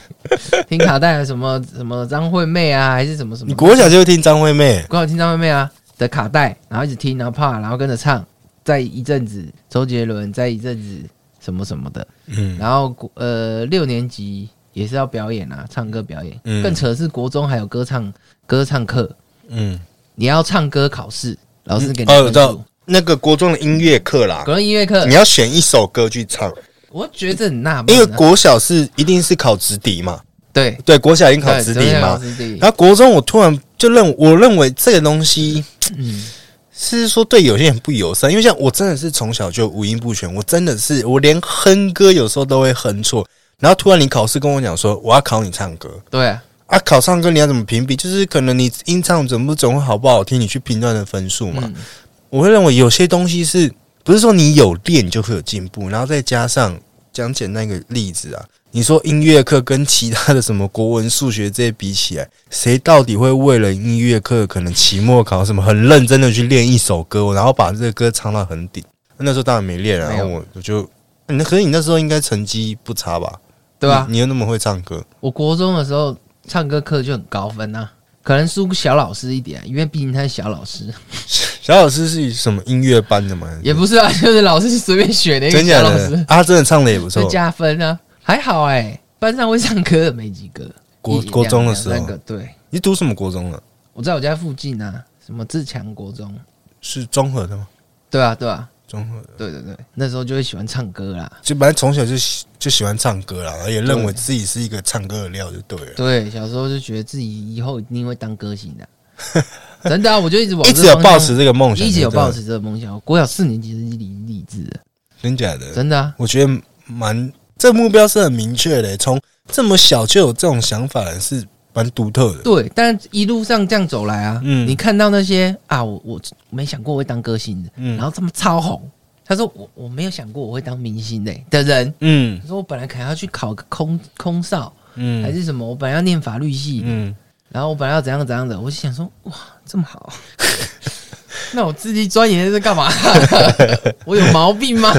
S3: 听卡带的什么什么张惠妹啊，还是什么什么
S1: 你。国小就听张惠妹，
S3: 刚好听张惠妹啊的卡带，然后一直听，然后怕，然后跟着唱，再一阵子周杰伦，再一阵子什么什么的。
S1: 嗯
S3: 然后国呃六年级也是要表演啊，唱歌表演。
S1: 嗯
S3: 更扯的是国中还有歌唱歌唱课，
S1: 嗯，
S3: 你要唱歌考试，老师给你
S1: 哦，
S3: 分
S1: 我知
S3: 数。
S1: 道那个国中的音乐课啦
S3: 嗯国，中音乐课
S1: 你，要选一首歌去唱，
S3: 我觉得很纳闷啊、
S1: 因为国小是一定是考直笛嘛，
S3: 对
S1: 对，国小已经考
S3: 对
S1: 直
S3: 昨
S1: 笛
S3: 天考
S1: 嘛，
S3: 直笛
S1: 然后国中我突然就认，我认为这个东西
S3: 嗯，
S1: 是说对有些人不友善，因为像我真的是从小就五音不全，我真的是我连哼歌有时候都会哼错。然后突然你考试跟我讲说我要考你唱歌
S3: 对啊，
S1: 啊，考唱歌你要怎么评比？就是可能你音唱准不准会好不好听，你去评断的分数嘛。
S3: 嗯，
S1: 我会认为有些东西是不是说你有练就会有进步，然后再加上讲简单一个例子啊，你说音乐课跟其他的什么国文、数学这些比起来，谁到底会为了音乐课可能期末考什么很认真的去练一首歌，然后把这个歌唱到很顶？那时候当然没练啊，
S3: 没
S1: 然
S3: 有
S1: 后我我就。嗯那可是你那时候应该成绩不差吧？
S3: 对啊
S1: 你，你又那么会唱歌，
S3: 我国中的时候唱歌课就很高分啊，可能输小老师一点，因为毕竟他是小老师，
S1: 小老师是什么音乐班的吗？
S3: 也不是啊，就是老师随便选的一个
S1: 真假
S3: 小老
S1: 的
S3: 师，
S1: 啊，真的唱的也不错
S3: 就。加分啊，还好哎、班上会唱歌的没几个，
S1: 国
S3: 一
S1: 国中的时
S3: 两三
S1: 候
S3: 个，对，
S1: 你读什么国中了？
S3: 我在我家附近啊，什么自强国中，
S1: 是综合的吗？
S3: 对啊，对啊，
S1: 综合的
S3: 对对对，那时候就会喜欢唱歌啦，
S1: 就本来从小就喜就喜欢唱歌啦，然后也认为
S3: 对
S1: 自己是一个唱歌的料就对了，
S3: 对，小时候就觉得自己以后一定会当歌星 的、真的啊，我就一直往
S1: 一
S3: 这
S1: 直有
S3: 方向
S1: 抱持这个梦想，
S3: 一直有抱
S1: 抱
S3: 持这个梦想。我国小四年级就立立志的，
S1: 真假的？
S3: 真的啊，
S1: 我觉得蛮这目标是很明确的，从这么小就有这种想法的是蛮独特的。
S3: 对。但一路上这样走来啊，
S1: 嗯
S3: 你看到那些啊，我我没想过我会当歌星的，
S1: 嗯
S3: 然后他们超红。他说我我没有想过我会当明星的、的人，
S1: 嗯
S3: 他说我本来可能要去考个空空少
S1: 嗯
S3: 还是什么，我本来要念法律系，
S1: 嗯，
S3: 然后我本来要怎样怎样的，我就想说，哇，这么 好，那我自己钻研是干嘛？我有毛 病吗？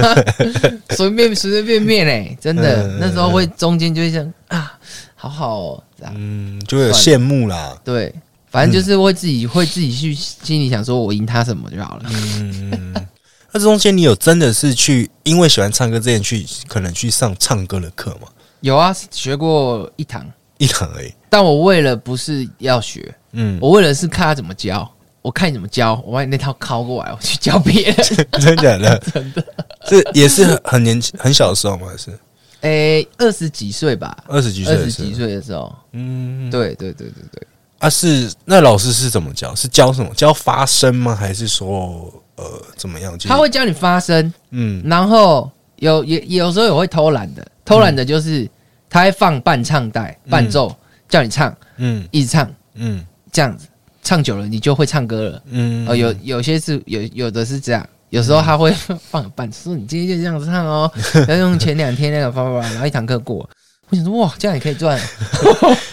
S3: 随便随随便便嘞、欸真的，
S1: 嗯
S3: 那时候会中间就会想啊，好好哦，这样、
S1: 嗯，就会有羡慕啦。
S3: 对，反正就是会自己、会自己去心里想说，我赢他什么就好了。
S1: 嗯，嗯嗯那中间你有真的是去因为喜欢唱歌之前去可能去上唱歌的课吗？
S3: 有啊，学过一堂，
S1: 一堂而已。
S3: 但我为了不是要学，
S1: 嗯，
S3: 我为了是看他怎么教。我看你怎么教，我把你那套拷过来，我去教别 人。
S1: 真假 的？真的。这也是很很年轻很小的时候吗？还是
S3: 诶、二十几岁吧，
S1: 二十几岁
S3: 二
S1: 的
S3: 十
S1: 时候
S3: 几？岁的时候，
S1: 嗯，
S3: 对对对对对，
S1: 啊是那老师是怎么教？是教什么？教发声吗？还是说呃怎么样？就是
S3: 他会教你发声，
S1: 嗯
S3: 然后有也有时候也会偷懒的，偷懒的就是他会放伴唱带、
S1: 嗯
S3: 伴奏，叫你唱，
S1: 嗯
S3: 一直唱
S1: 嗯
S3: 这样子，唱久了你就会唱歌了。
S1: 嗯嗯
S3: 哦，有有些是有有的是这样，有时候他会放伴，说你今天就这样子 唱哦，要用前两天那个方法，然后一堂课过。我想说哇，这样也可以赚，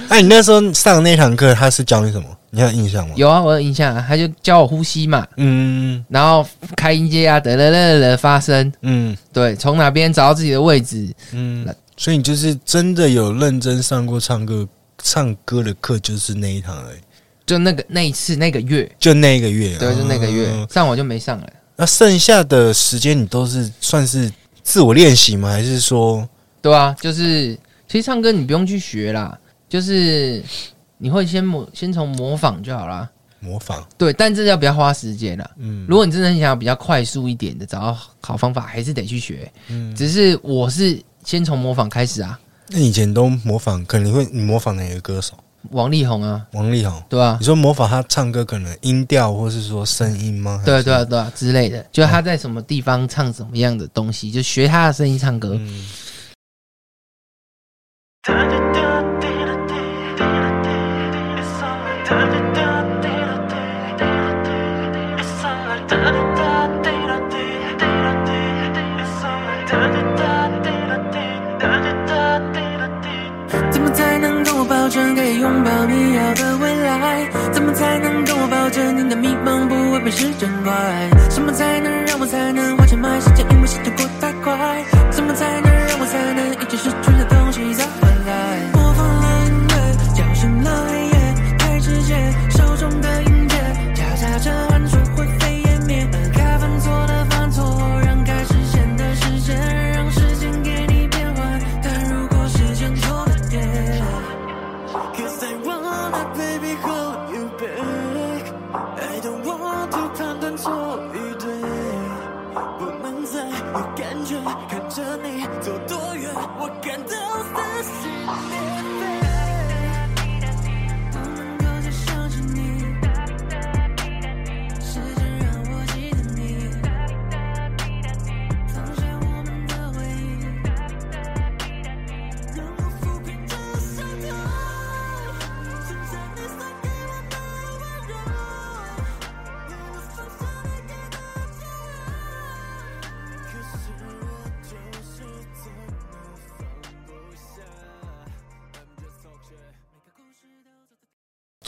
S1: 哎、你那时候上那堂课他是教你什么？你还有印象吗？
S3: 有啊，我有印象啊，他就教我呼吸嘛，
S1: 嗯
S3: 然后开音阶啊，得了了了发声，
S1: 嗯
S3: 对，从哪边找到自己的位置，
S1: 嗯，所以你就是真的有认真上过唱歌唱歌的课，就是那一堂而已，
S3: 就那个那一次那个月，
S1: 就那一个月。
S3: 对，就那个月、
S1: 哦
S3: 上我就没上了。
S1: 那剩下的时间你都是算是自我练习吗？还是说
S3: 对啊，就是其实唱歌你不用去学啦，就是你会先模先从模仿就好啦。
S1: 模仿？
S3: 对，但这要比较花时间啦。
S1: 嗯
S3: 如果你真的很想要比较快速一点的找到好方法，还是得去学。
S1: 嗯，
S3: 只是我是先从模仿开始啊，
S1: 那你以前都模仿，可能你会你模仿哪个歌手？
S3: 王力宏啊，
S1: 王力宏。
S3: 对啊
S1: 你，说模仿他唱歌，可能音调或是说声音吗？还
S3: 对
S1: 是
S3: 对啊，对啊之类的，就他在什么地方唱什么样的东西，就学他的声音唱歌。
S1: 嗯，
S4: Time to do, do, do, do, do, do. It's alright. Time to do, do, do, do, do, do. It's alright. Time to do, do, do, do, do, do. It's alright. Time to do, do, do, do, do, do, do.
S5: 怎么才能跟我保证可以拥抱你要的未来？怎么才能跟我保证你的迷茫不会被时间怪？什么才能让我才能花钱买时间？因为时间过太快。怎么才能让我才能一直失去的东西再回来？播放了音乐，叫醒了黑夜，太直接，手中的音阶夹杂着汗水灰飞烟灭。该犯错的犯错，让该实现的实现，让时间我感到撕心裂肺，不能够再想起你，时间让我记得你，放下我们的回忆，让我抚平这伤痛，献上你送给我的温柔，让我放手来给的骄傲。可是我就是怎么放不下。每个故事都走得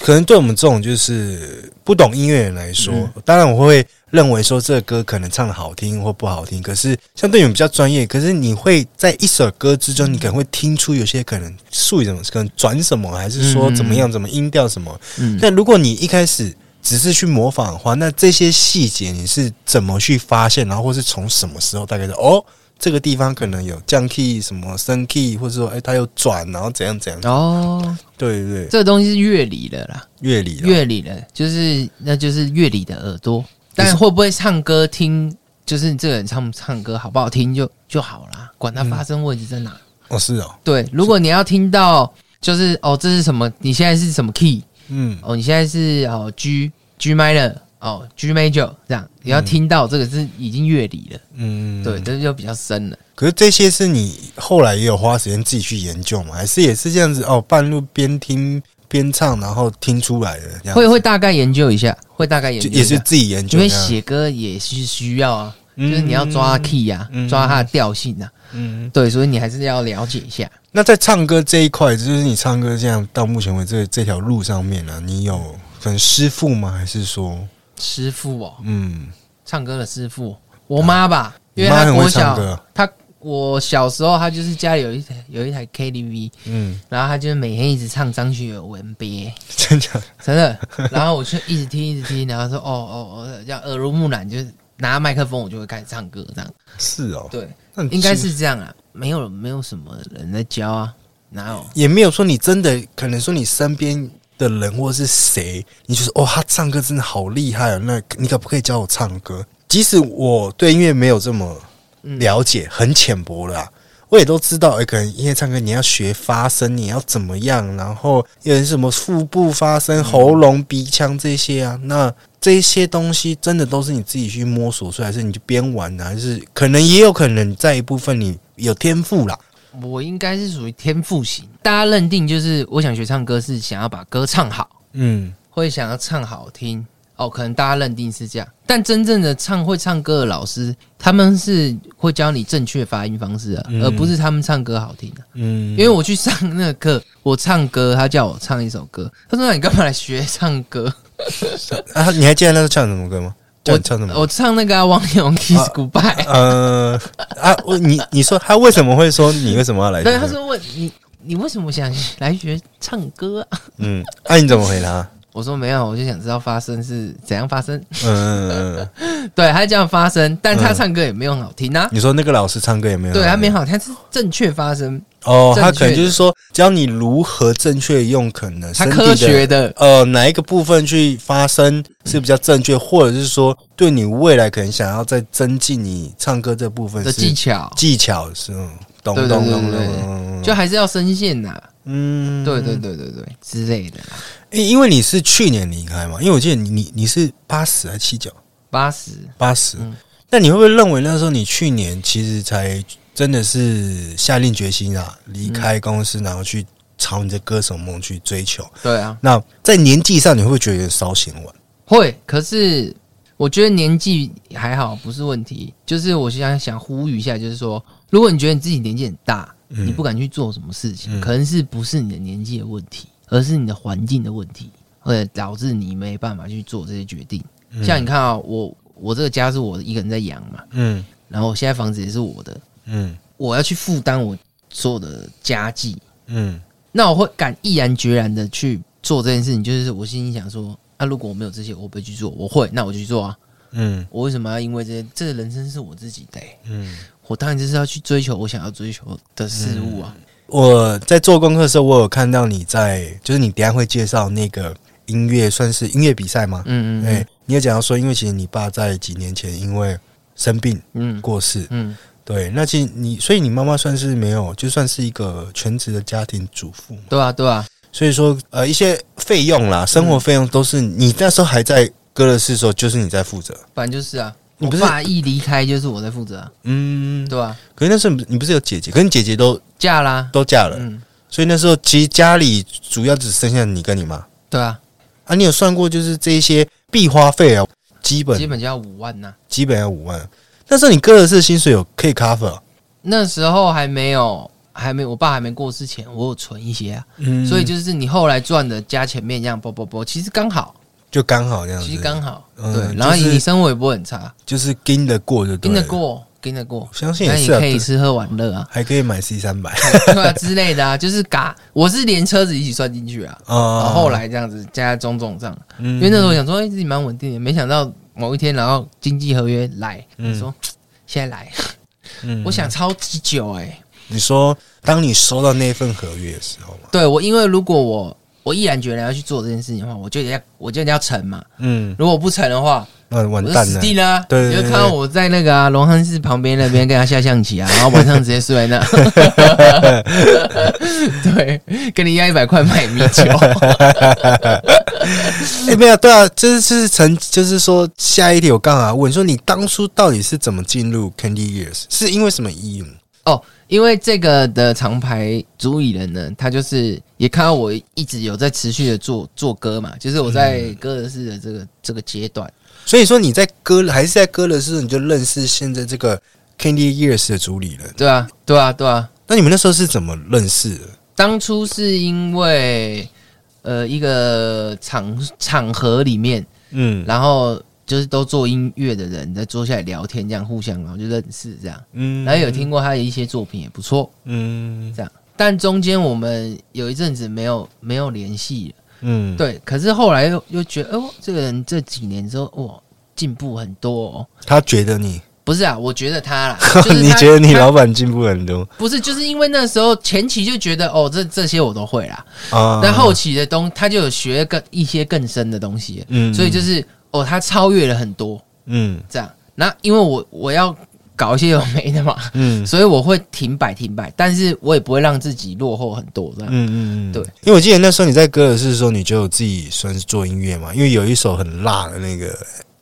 S1: 可能对我们这种就是不懂音乐人来说，当然我会认为说这个歌可能唱的好听或不好听，可是相对你们比较专业，可是你会在一首歌之中，你可能会听出有些可能术语怎么，可能转什么，还是说怎么样，怎么音调什么。
S3: 嗯，
S1: 那如果你一开始只是去模仿的话，那这些细节你是怎么去发现，然后或是从什么时候大概是哦，这个地方可能有降 key 什么升 key，或者说哎它有转，然后怎样怎样，
S3: 哦，
S1: 对对对，
S3: 这个东西是乐理的啦，
S1: 乐理啊啦
S3: 乐理的，就是那就是乐理的耳朵，但会不会唱歌听，就是这个人唱不唱歌好不好听就就好啦，管他发声位置在哪。
S1: 哦是哦，
S3: 对，如果你要听到就是哦，这是什么？你现在是什么 key？
S1: 嗯
S3: 哦，你现在是哦 G G minor 哦 G major 这样，你要听到这个是已经乐理了，
S1: 嗯，
S3: 对，这就比较深了。
S1: 可是这些是你后来也有花时间自己去研究嘛？还是也是这样子哦？半路边听边唱，然后听出来的，这样
S3: 会会大概研究一下，会大概研
S1: 就
S3: 究
S1: 也
S3: 一
S1: 是
S3: 下，
S1: 自己研究这
S3: 因为
S1: 样。
S3: 啊写歌也是需要啊，
S1: 嗯
S3: 就是你要抓 key 啊，
S1: 嗯
S3: 抓它的调性啊，
S1: 嗯，
S3: 对，所以你还是要了解一下。
S1: 那在唱歌这一块，就是你唱歌这样到目前为止这这条路上面呢、啊，你有可能师傅吗？还是说，
S3: 师傅哦，
S1: 嗯，
S3: 唱歌的师傅，哦我妈吧，因为
S1: 啊你妈
S3: 她
S1: 很会
S3: 国
S1: 唱
S3: 小
S1: 歌，
S3: 她我小时候她就是家里有一台有一台 KTV，
S1: 嗯，
S3: 然后她就是每天一直唱张学友《吻别》。
S1: 真的，
S3: 真的。然后我就一直听，一直听，然后说哦哦哦，这样耳濡目染，就是拿麦克风我就会开始唱歌，这样
S1: 是哦，
S3: 对，
S1: 那你
S3: 应该是这样啊。没有没有什么人在教啊，哪有？
S1: 也没有说你真的，可能说你身边的人或是谁，你就是哦，他唱歌真的好厉害哦，那你可不可以教我唱歌？即使我对音乐没有这么了解，很浅薄啦、我也都知道，哎、可能音乐唱歌你要学发声，你要怎么样，然后有什么腹部发声、喉咙、鼻腔这些啊，那。这些东西真的都是你自己去摸索出来，还是你就边玩呢、啊还是可能也有可能在一部分你有天赋啦，
S3: 我应该是属于天赋型，大家认定就是我想学唱歌是想要把歌唱好，
S1: 嗯，
S3: 会想要唱好听。哦，可能大家认定是这样，但真正的唱会唱歌的老师，他们是会教你正确发音方式啊，
S1: 嗯
S3: 而不是他们唱歌好听的、
S1: 嗯，
S3: 因为我去上那个课，我唱歌，他叫我唱一首歌，他说：“那你干嘛来学唱歌
S1: 啊，你还记得那时候唱什么歌吗？？”叫
S3: 我
S1: 你唱什么？
S3: 我唱那个、啊、王力宏《Kiss Goodbye》
S1: 呃啊，我你你说他为什么会说你为什么 要来？
S3: 对，他，说：“问你，你为什么想来学唱歌、啊
S1: 嗯，啊，你怎么回答？？”
S3: 我说：“没有，我就想知道发声是怎样发声。
S1: 嗯嗯，嗯”
S3: 对，他这样发声，但他
S1: 嗯
S3: 唱歌也没有很好听啊。
S1: 你说那个老师唱歌也没有？
S3: 对，他没好，他是正确发声，
S1: 哦，他
S3: 正确
S1: 可
S3: 的
S1: 能就是说教你如何正确用可能
S3: 他
S1: 身体
S3: 科学的
S1: 呃哪一个部分去发声是比较正确，或者是说对你未来可能想要再增进你唱歌这部分
S3: 的
S1: 嗯是
S3: 技巧，
S1: 技巧是嗯懂
S3: 对
S1: 懂
S3: 对
S1: 懂
S3: 对
S1: 懂
S3: 对
S1: 懂，
S3: 就还是要声线呐、
S1: 嗯
S3: 对对对对对之类的啦。
S1: 因因为你是去年离开嘛，因为我记得你你你是八十还是七九？
S3: 八十，
S1: 八十
S3: 嗯。
S1: 那你会不会认为那时候你去年其实才真的是下定决心啊，离开公司，然后去朝你的歌手梦去追求？
S3: 对啊，
S1: 那在年纪上，你会不会觉得有点稍显晚？
S3: 会，可是我觉得年纪还好，不是问题。就是我想想呼吁一下，就是说，如果你觉得你自己年纪很大，
S1: 嗯
S3: 你不敢去做什么事情，
S1: 嗯
S3: 可能是不是你的年纪的问题，而是你的环境的问题，或者导致你没办法去做这些决定。像你看啊、我我这个家是我一个人在养嘛，
S1: 嗯
S3: 然后我现在房子也是我的，
S1: 嗯
S3: 我要去负担我所有的家计，
S1: 嗯
S3: 那我会敢毅然决然的去做这件事情，就是我心里想说，啊，如果我没有这些，我会不会去做？我会，那我就去做啊。
S1: 嗯
S3: 我为什么要因为这些？这个人生是我自己的欸、
S1: 嗯。
S3: 我当然就是要去追求我想要追求的事物啊。
S1: 我在做功课的时候，我有看到你在，就是你等一下会介绍那个音乐，算是音乐比赛吗？
S3: 嗯
S1: 哎、
S3: 嗯
S1: 你有讲到说，因为其实你爸在几年前因为生病
S3: 嗯
S1: 过世，
S3: 嗯
S1: 对，那其实你，所以你妈妈算是没有，就算是一个全职的家庭主妇，
S3: 对啊，对啊，
S1: 所以说呃一些费用啦，生
S3: 嗯
S1: 活费用都是你那时候还在哥勒斯的时候，就是你在负责。
S3: 反正就是啊，
S1: 你
S3: 我
S1: 不是
S3: 爸一离开就是我在负责啊、
S1: 嗯，
S3: 对啊，
S1: 可是那时候你不你不是有姐姐，可是你姐姐都
S3: 嫁啦，
S1: 都嫁了，
S3: 嗯，
S1: 所以那时候其实家里主要只剩下你跟你妈
S3: 对啊，
S1: 啊。你有算过就是这一些必花费啊，基本
S3: 基本就要五万呐、
S1: 基本要五万。那时候你哥的是薪水有可以 cover，啊
S3: 那时候还没有，还没我爸还没过世前，我有存一些啊，
S1: 嗯
S3: 所以就是你后来赚的加前面这样，啵啵啵，其实刚好，
S1: 就刚好这样子，
S3: 其实刚好，
S1: 嗯
S3: 对，
S1: 就是
S3: 然后你生活也不会很差，
S1: 就是跟得过就对
S3: 跟
S1: 了
S3: 得，过，跟得过
S1: 我，相信
S3: 那
S1: 也
S3: 你
S1: 是啊，
S3: 可以
S1: 对
S3: 吃喝玩
S1: ，
S3: 乐啊
S1: 还可以买 C 三百
S3: 对啊之类的啊，就是嘎，我是连车子一起算进去啊，然
S1: 啊嗯
S3: 后后，来这样子加在种种上，
S1: 因
S3: 因为那时候我想说，哎、自己蛮稳定的，没想到某一天，然后经济合约来，
S1: 嗯
S3: 你说嘖现在来，
S1: 嗯
S3: 我想超级久哎、
S1: 你说，当你收到那份合约的时候嘛，
S3: 对我，因为如果我我毅然决然要去做这件事情的话，我就得要我就得要成嘛，
S1: 嗯，
S3: 如果我不成的话，
S1: 那
S3: 我
S1: 完
S3: 就
S1: 蛋
S3: 死
S1: 了，
S3: 定了啊。
S1: 对对对
S3: 你就看到我在那个啊龙汉寺旁边那边跟他下象棋啊，然后晚上直接睡在 那，对，跟你要一百块买米 酒。
S1: 哎、没有，对啊，就是就是曾，就是说下一题我刚好问说，你当初到底是怎么进入 Candy Years？是因为什么意义吗？
S3: 哦，因为这个的长牌主理人呢，他就是也看到我一直有在持续的做做歌嘛，就是我在歌德式的这个这个阶段，
S1: 所以说你在歌还是在歌的时候，你就认识现在这个 Candy Years 的主理人。
S3: 对啊，对啊，对啊。
S1: 那你们那时候是怎么认识的？
S3: 当初是因为呃一个场场合里面，
S1: 嗯
S3: 然后就是都做音乐的人在坐下来聊天，这样互相然后就认识这样，
S1: 嗯
S3: 然后有听过他的一些作品也不错，
S1: 嗯
S3: 这样。但中间我们有一阵子没有没有联系了
S1: 嗯，
S3: 对，可是后来又又觉得，哦，这个人这几年之后，哇，进步很多、哦。
S1: 他觉得你，
S3: 不是啊，我觉得他 啦，就是
S1: 你
S3: 他
S1: 觉得你
S3: 他
S1: 老板进步很多
S3: 不是，就是因为那时候前期就觉得哦，这这些我都会啦，
S1: 啊？
S3: 但后期的东他就有学更一些更深的东西，
S1: 嗯
S3: 所以就是哦，他超越了很多
S1: 嗯
S3: 这样。那因为我我要搞一些有没的嘛，
S1: 嗯
S3: 所以我会停摆停摆，但是我也不会让自己落后很多这样。
S1: 嗯嗯嗯，
S3: 对。
S1: 因为我记得那时候你在歌尔士的时候，你就有自己算是做音乐嘛，因为有一首很辣的那个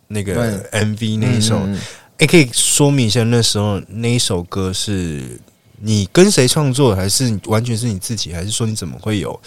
S1: 那个 MV 那一首，
S3: 嗯嗯嗯
S1: 哎、可以说明一下那时候那一首歌是你跟谁创作的，还是完全是你自己，还是说你怎么会有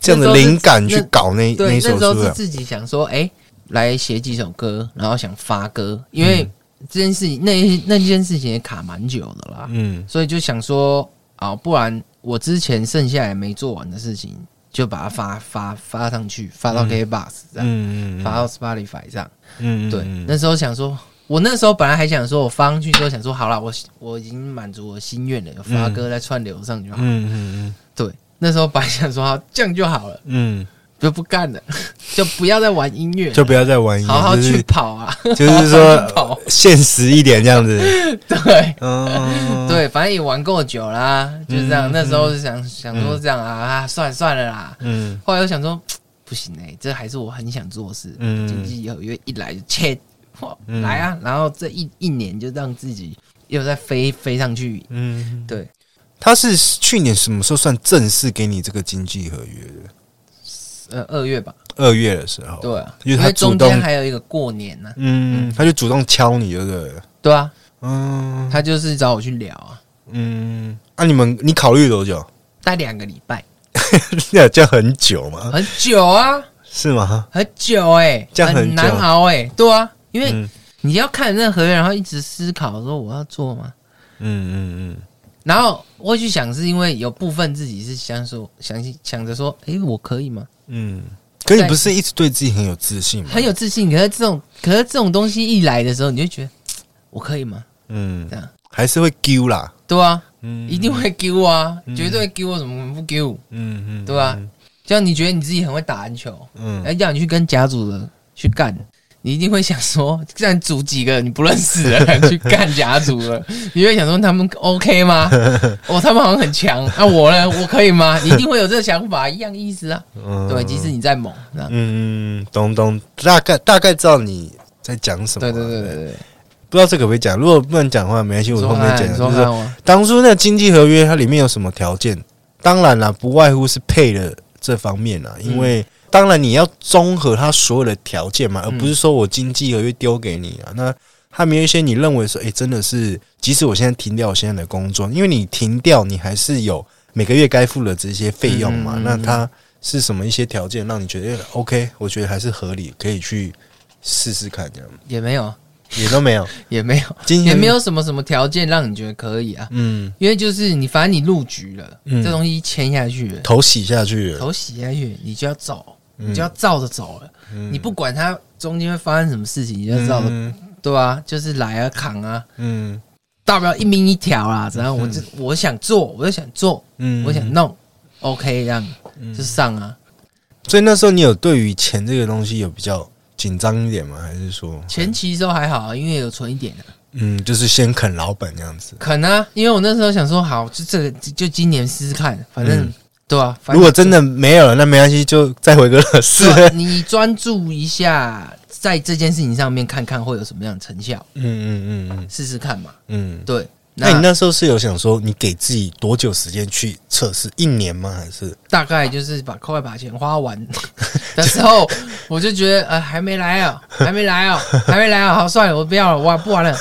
S1: 这样的灵感去搞那
S3: 对，
S1: 一
S3: 那
S1: 首
S3: 时候
S1: 出
S3: 是
S1: 来？
S3: 自己想说，哎、来写几首歌，然后想发歌，因
S1: 嗯
S3: 为这件事情那那件事情也卡蛮久的啦，
S1: 嗯
S3: 所以就想说啊，不然我之前剩下来没做完的事情，就把它发发发上去，发到
S1: 嗯
S3: KBox 这样，
S1: 嗯嗯
S3: 发到 Spotify 这样。
S1: 嗯
S3: 对，那时候想说。我那时候本来还想说，我发上去之后想说，好了，我我已经满足我心愿了，有发歌在串流上就好。
S1: 嗯嗯
S3: 对，那时候本来想说，好这样就好了。
S1: 嗯
S3: 就不干了， 就不要再玩音
S1: 嗯，
S3: 乐了，
S1: 就不要再玩音乐，
S3: 好好
S1: 就
S3: 去
S1: 是
S3: 跑啊！
S1: 就是
S3: 跑
S1: 说现实一点这样子。
S3: 对
S1: 嗯，
S3: 对，反正也玩够久啦，就这样。
S1: 嗯
S3: 那时候就想想说这样啊，啊算了算了啦。
S1: 嗯
S3: 后来又想说，嘖不行哎、这还是我很想做的事。
S1: 嗯
S3: 经济合约一来就切，哇
S1: 嗯
S3: 来啊！然后这一一年就让自己又再飞飞上去。
S1: 嗯，
S3: 对，
S1: 他是去年什么时候算正式给你这个经济合约的？
S3: 呃，二月吧，
S1: 二月的时候。
S3: 对啊，
S1: 因为
S3: 因
S1: 他
S3: 为
S1: 主
S3: 中
S1: 动
S3: 间还有一个过年呢、
S1: 嗯，他就主动敲你，对不对？
S3: 对啊，
S1: 嗯
S3: 他就是找我去聊啊，
S1: 嗯，啊，你们你考虑多久？
S3: 待两个礼拜，
S1: 那这样很久吗？
S3: 很久啊。
S1: 是吗？
S3: 很久哎、
S1: 这样很久
S3: 难熬哎、对啊，因为
S1: 嗯
S3: 你要看那个合约，然后一直思考说我要做吗？
S1: 嗯嗯
S3: 然后我会去想，是因为有部分自己是想说，想想着说，诶，我可以吗？
S1: 嗯嗯。可你不是一直对自己很有自信吗？
S3: 很有自信，可是这种，可是这种东西一来的时候，你就觉得嘖我可以吗？
S1: 嗯
S3: 这样，
S1: 还是会丢啦。
S3: 对啊，
S1: 嗯
S3: 一定会丢啊，
S1: 嗯
S3: 绝对会丢，我怎么不丢？
S1: 嗯嗯，
S3: 对啊像你觉得你自己很会打篮球，
S1: 嗯，
S3: 哎，叫你去跟甲组的去干，你一定会想说，既然组几个你不认识的人去干甲组了，你会想说他们 OK 吗？哦，他们好像很强，那、我呢？我可以吗？你一定会有这个想法，一样意思啊。
S1: 嗯
S3: 对，即使你在猛，那
S1: 嗯嗯，懂懂，大概大概知道你在讲什么。
S3: 对对对对对，
S1: 不知道这可不可以讲。如果不能讲的话，没关系，我
S3: 说
S1: 后面
S3: 看
S1: 讲。
S3: 你
S1: 就
S3: 说哎
S1: 是说
S3: 看我
S1: 当初那个经济合约它里面有什么条件？当然啦，不外乎是配的这方面啦，因为当然你要综合它所有的条件嘛，而
S3: 嗯
S1: 不是说我经济合约丢给你啊。那他们有一些你认为说，诶，真的是，即使我现在停掉我现在的工作，因为你停掉，你还是有每个月该付的这些费用嘛。
S3: 嗯嗯嗯
S1: 那它是什么一些条件让你觉得、诶 OK？我觉得还是合理，可以去试试看这样。
S3: 也没有，
S1: 也都没有，
S3: 也没有，
S1: 今
S3: 也
S1: 天
S3: 没，有什么什么条件让你觉得可以啊。
S1: 嗯，
S3: 因为就是你，反正你入局了，
S1: 嗯
S3: 这东西签下去了，
S1: 头洗下去了，
S3: 头洗下去，你就要走，你
S1: 嗯
S3: 就要照着走了。
S1: 嗯
S3: 你不管它中间会发生什么事情，你就要照着，
S1: 嗯
S3: 对啊，就是来啊，扛啊，
S1: 嗯
S3: 大不了一命一条啦。然后我就、我想做，我就想做，
S1: 嗯
S3: 我想弄，OK，这样就上啊。
S1: 所以那时候你有对于钱这个东西有比较紧张一点吗？还是说，
S3: 前期的时候还好啊，因为有存一点啊，
S1: 嗯，就是先啃老本这样子？
S3: 肯啊，因为我那时候想说，好，就这个就就今年试试看，反正、
S1: 嗯
S3: 对啊，反正
S1: 如果真的没有了，那没关系，就再回个四。
S3: 对啊你专注一下，在这件事情上面看看会有什么样的成效，
S1: 嗯嗯嗯嗯
S3: 试试看嘛。
S1: 嗯。
S3: 对，
S1: 那你那时候是有想说，你给自己多久时间去测试？一年吗？还是
S3: 大概就是把快把钱花完的时 候，我就觉得呃还没来啊，还没来啊，还没来啊，好算了，我不要了，我不玩了，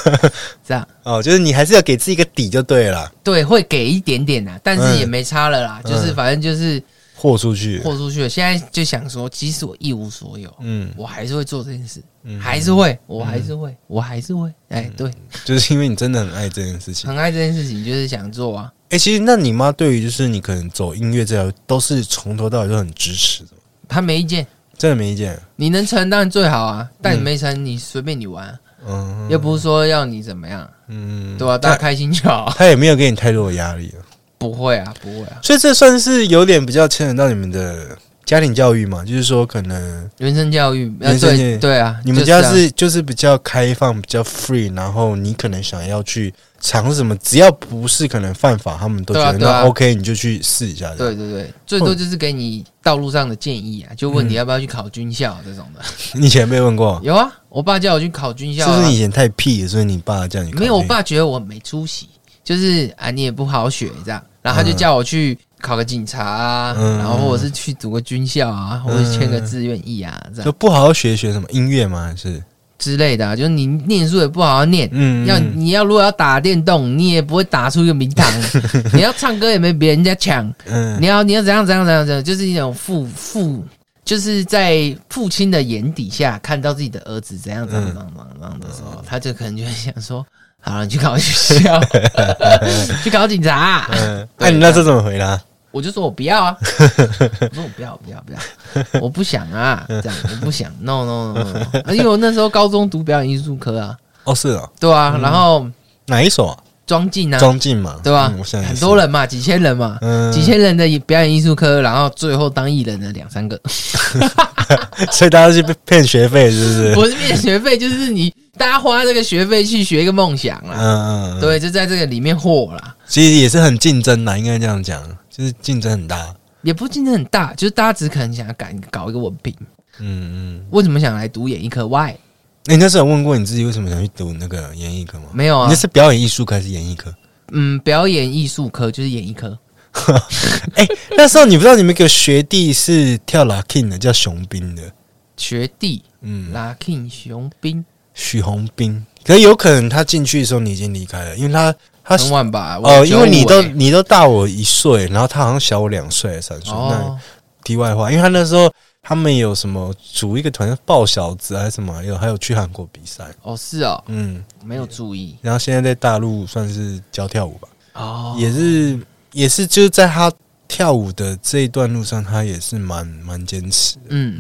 S3: 这样
S1: 哦，就是你还是要给自己一个底就对了，
S3: 对会给一点点啊，但是也没差了啦，
S1: 嗯
S3: 就是反正就是
S1: 豁出去。
S3: 豁出去了。现在就想说，即使我一无所有，
S1: 嗯，
S3: 我还是会做这件事，
S1: 嗯
S3: 还是会，我还是会，我还是会，哎，对，
S1: 就是因为你真的很爱这件事情。
S3: 很爱这件事情，就是想做啊。
S1: 哎、其实那你妈对于就是你可能走音乐这条，都是从头到尾都很支持的，
S3: 他没意见，
S1: 真的没意见。啊
S3: 你能成当然最好啊，但你没成，你随便你玩啊，
S1: 嗯，
S3: 又不是说要你怎么样，
S1: 嗯，
S3: 对吧、啊大家开心就好。
S1: 他也没有给你太多的压力了，
S3: 不会啊，不会啊，
S1: 所以这算是有点比较牵扯到你们的家庭教育嘛，就是说可能
S3: 原生教育，呃
S1: 原生教育
S3: 对对啊，
S1: 你们
S3: 就
S1: 家
S3: 是啊、
S1: 是就是比较开放、比较 free，然后你可能想要去尝试什么，只要不是可能犯法，他们都觉得
S3: 对啊对啊
S1: 那 OK，你就去试一下。，
S3: 对对对，最多就是给你道路上的建议啊，就问你要不要去考军校这种的。
S1: 你以前被问过，
S3: 有啊，我爸叫我去考军
S1: 哦是
S3: 校、
S1: 不
S3: 啊，
S1: 是你以前太屁了，所以你爸叫你考
S3: 没有，我
S1: 虑
S3: 爸觉得我没出息，就是啊，你也不好学这样，然后他就叫我去考个警察啊，
S1: 嗯
S3: 然后或者是去读个军校啊，或者是签个志愿役啊，这
S1: 就
S3: 样
S1: 不好好学学什么音乐吗？还是
S3: 之类的、啊，就是你念书也不好好念。
S1: 嗯
S3: 要
S1: 嗯
S3: 你要如果要打电动，你也不会打出一个 名堂；你要唱歌也没别人家强，
S1: 嗯
S3: 你要你要怎样怎样怎样怎样，就是一种父父，就是在父亲的眼底下看到自己的儿子怎样怎样怎样怎样怎样的时
S1: 嗯
S3: 候，他就可能就会想说：“好了，你去考 学校，去考警察啊、
S1: 嗯，那、
S3: 对
S1: 你那时候怎么回答？
S3: 我就说：“我不 要啊！”我说：“我不要，不要，不要，我不想啊！
S1: 嗯
S3: 这样我不想，no no no no，no 因为我那时候高中读表演艺术科啊，
S1: 哦，是哦，
S3: 对啊，然后
S1: 哪一首啊？
S3: 装进啊，
S1: 庄敬嘛，
S3: 对吧
S1: 嗯我想？也
S3: 很
S1: 是
S3: 多人嘛，几千人嘛，
S1: 嗯
S3: 几千人的表演艺术科，然后最后当艺人的两三个，
S1: 所以大家是被骗学费，是不 是？
S3: 不是变学费，就是你大家花这个学费去学一个梦想啦。
S1: 嗯嗯，嗯，
S3: 对，就在这个里面获啦，
S1: 其实也是很竞争啦，应该这样讲，就是竞争很大。
S3: 也不竞争很大，就是大家只可能想要赶搞一个文凭。
S1: 嗯嗯，
S3: 为什么想来读演艺科？Why？
S1: 那你那时候有问过你自己为什么想去读那个演艺科吗？
S3: 没有
S1: 你
S3: 啊
S1: 那，是表演艺术科还是演艺科？
S3: 嗯，表演艺术科就是演艺科，
S1: 哎、那时候你不知道你们有个学弟是跳 locking 的，叫熊斌的，
S3: 学弟
S1: 嗯，
S3: 拉 king 熊兵
S1: 许宏斌。可是有可能他进去的时候你已经离开了，因为他他
S3: 很晚吧？我
S1: 哦，因为你
S3: 95
S1: 都
S3: 欸
S1: 你都大我一岁，然后他好像小我两岁还是三岁，那
S3: 哦，
S1: 题外话，因为他那时候他们有什么组一个团叫爆小子还是什么，有还有去韩国比赛，
S3: 哦是哦，
S1: 嗯，
S3: 没有注意
S1: 然后现在在大陆算是教跳舞吧，
S3: 哦，
S1: 也是也是就是在他跳舞的这一段路上，他也是蛮蛮坚持的，
S3: 嗯。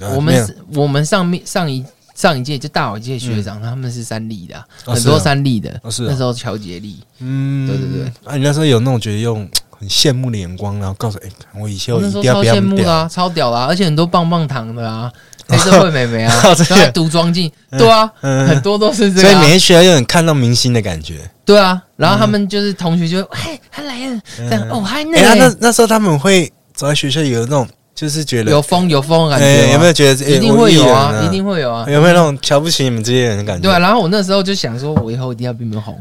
S1: 嗯，啊
S3: 我
S1: 没有
S3: 们我们上面上一上一届就大我一届学长，他们是三立的啊、
S1: 嗯哦
S3: 很
S1: 是
S3: 多
S1: 啊
S3: 三立的，
S1: 哦是啊
S3: 那时候乔杰立，
S1: 嗯，
S3: 对对对，
S1: 啊，你那时候有那种觉得用很羡慕的眼光，然后告诉哎、我以前
S3: 我
S1: 我
S3: 那
S1: 一
S3: 时
S1: 定
S3: 候
S1: 要
S3: 超
S1: 比他
S3: 羡
S1: 们
S3: 慕
S1: 屌，
S3: 的啊，超屌啦、而且很多棒棒糖的 啊，黑社会美眉啊
S1: 哦这
S3: 然后还
S1: 样
S3: 读装进，对啊，
S1: 嗯
S3: 很多都是这
S1: 所以
S3: 个、啊
S1: 每，天学校有点看到明星的感觉。
S3: 对啊，然后他们就是嗯同学就，哎，他来了，这样哦，还
S1: 哎、他
S3: 那
S1: 那那时候他们会走在学校有那种就是觉得
S3: 有风有风的感觉
S1: 哎
S3: 吗、
S1: 有没有觉得哎
S3: 一定会有
S1: 我艺
S3: 啊，
S1: 人
S3: 一定会有啊。
S1: 有没有那种瞧不起你们这些人的感觉？
S3: 对啊，然后我那时候就想说，我以后一定要比你们 红。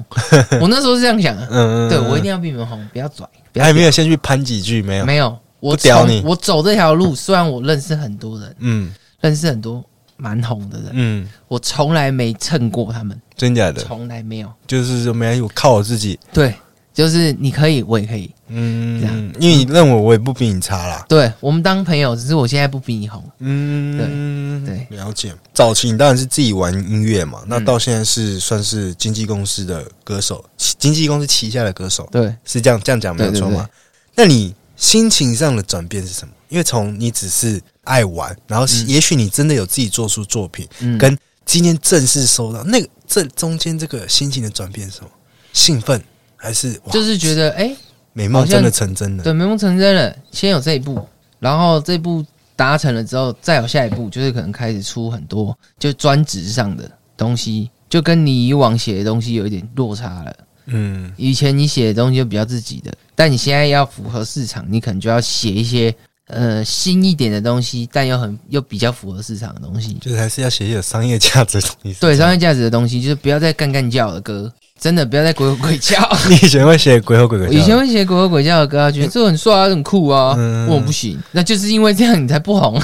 S3: 我那时候是这样想的，
S1: 嗯，嗯嗯，
S3: 对我一定要比你们红，不要拽，不要啊
S1: 还没有先去攀几句没有？
S3: 没有，我
S1: 不屌
S3: 从
S1: 你
S3: 我走这条路，虽然我认识很多人，
S1: 嗯
S3: 认识很多蛮红的人，
S1: 嗯，
S3: 我从来没蹭过他们，
S1: 真假的，
S3: 从来没有。
S1: 就是说没关系，我靠我自己。
S3: 对，就是你可以，我也可以。这
S1: 嗯
S3: 样，
S1: 因为你认我，我也不比你差啦。
S3: 对我们当朋友，只是我现在不比你红。
S1: 嗯，
S3: 对对
S1: 了解。早期你当然是自己玩音乐嘛，那到现在是算是经纪公司的歌手，旗经纪公司旗下的歌手，
S3: 对，
S1: 是这样这样讲没有错嘛？那你心情上的转变是什么？因为从你只是爱玩，然后也许你真的有自己做出作品，
S3: 嗯，
S1: 跟今天正式收到那个这中间这个心情的转变是什么？兴奋还是哇
S3: 就是觉得哎、
S1: 美梦真的成真了？
S3: 对，美梦成真了，先有这一步，然后这一步达成了之后，再有下一步，就是可能开始出很多就专职上的东西，就跟你以往写的东西有一点落差了。
S1: 嗯
S3: 以前你写的东西就比较自己的，但你现在要符合市场，你可能就要写一些呃新一点的东西，但又很又比较符合市场的东西。
S1: 就是还是要写有商业价值的东西。
S3: 对商业价值的东西，就是不要再干干叫的歌，真的不要再鬼吼鬼 叫。
S1: 你以前会写鬼吼鬼
S3: 我
S1: 鬼
S3: 以
S1: 叫
S3: 前
S1: 吗，
S3: 会写鬼吼鬼叫的歌啊，觉得这很帅啊，这很酷啊，
S1: 嗯
S3: 问我不行，那就是因为这样你才 不红。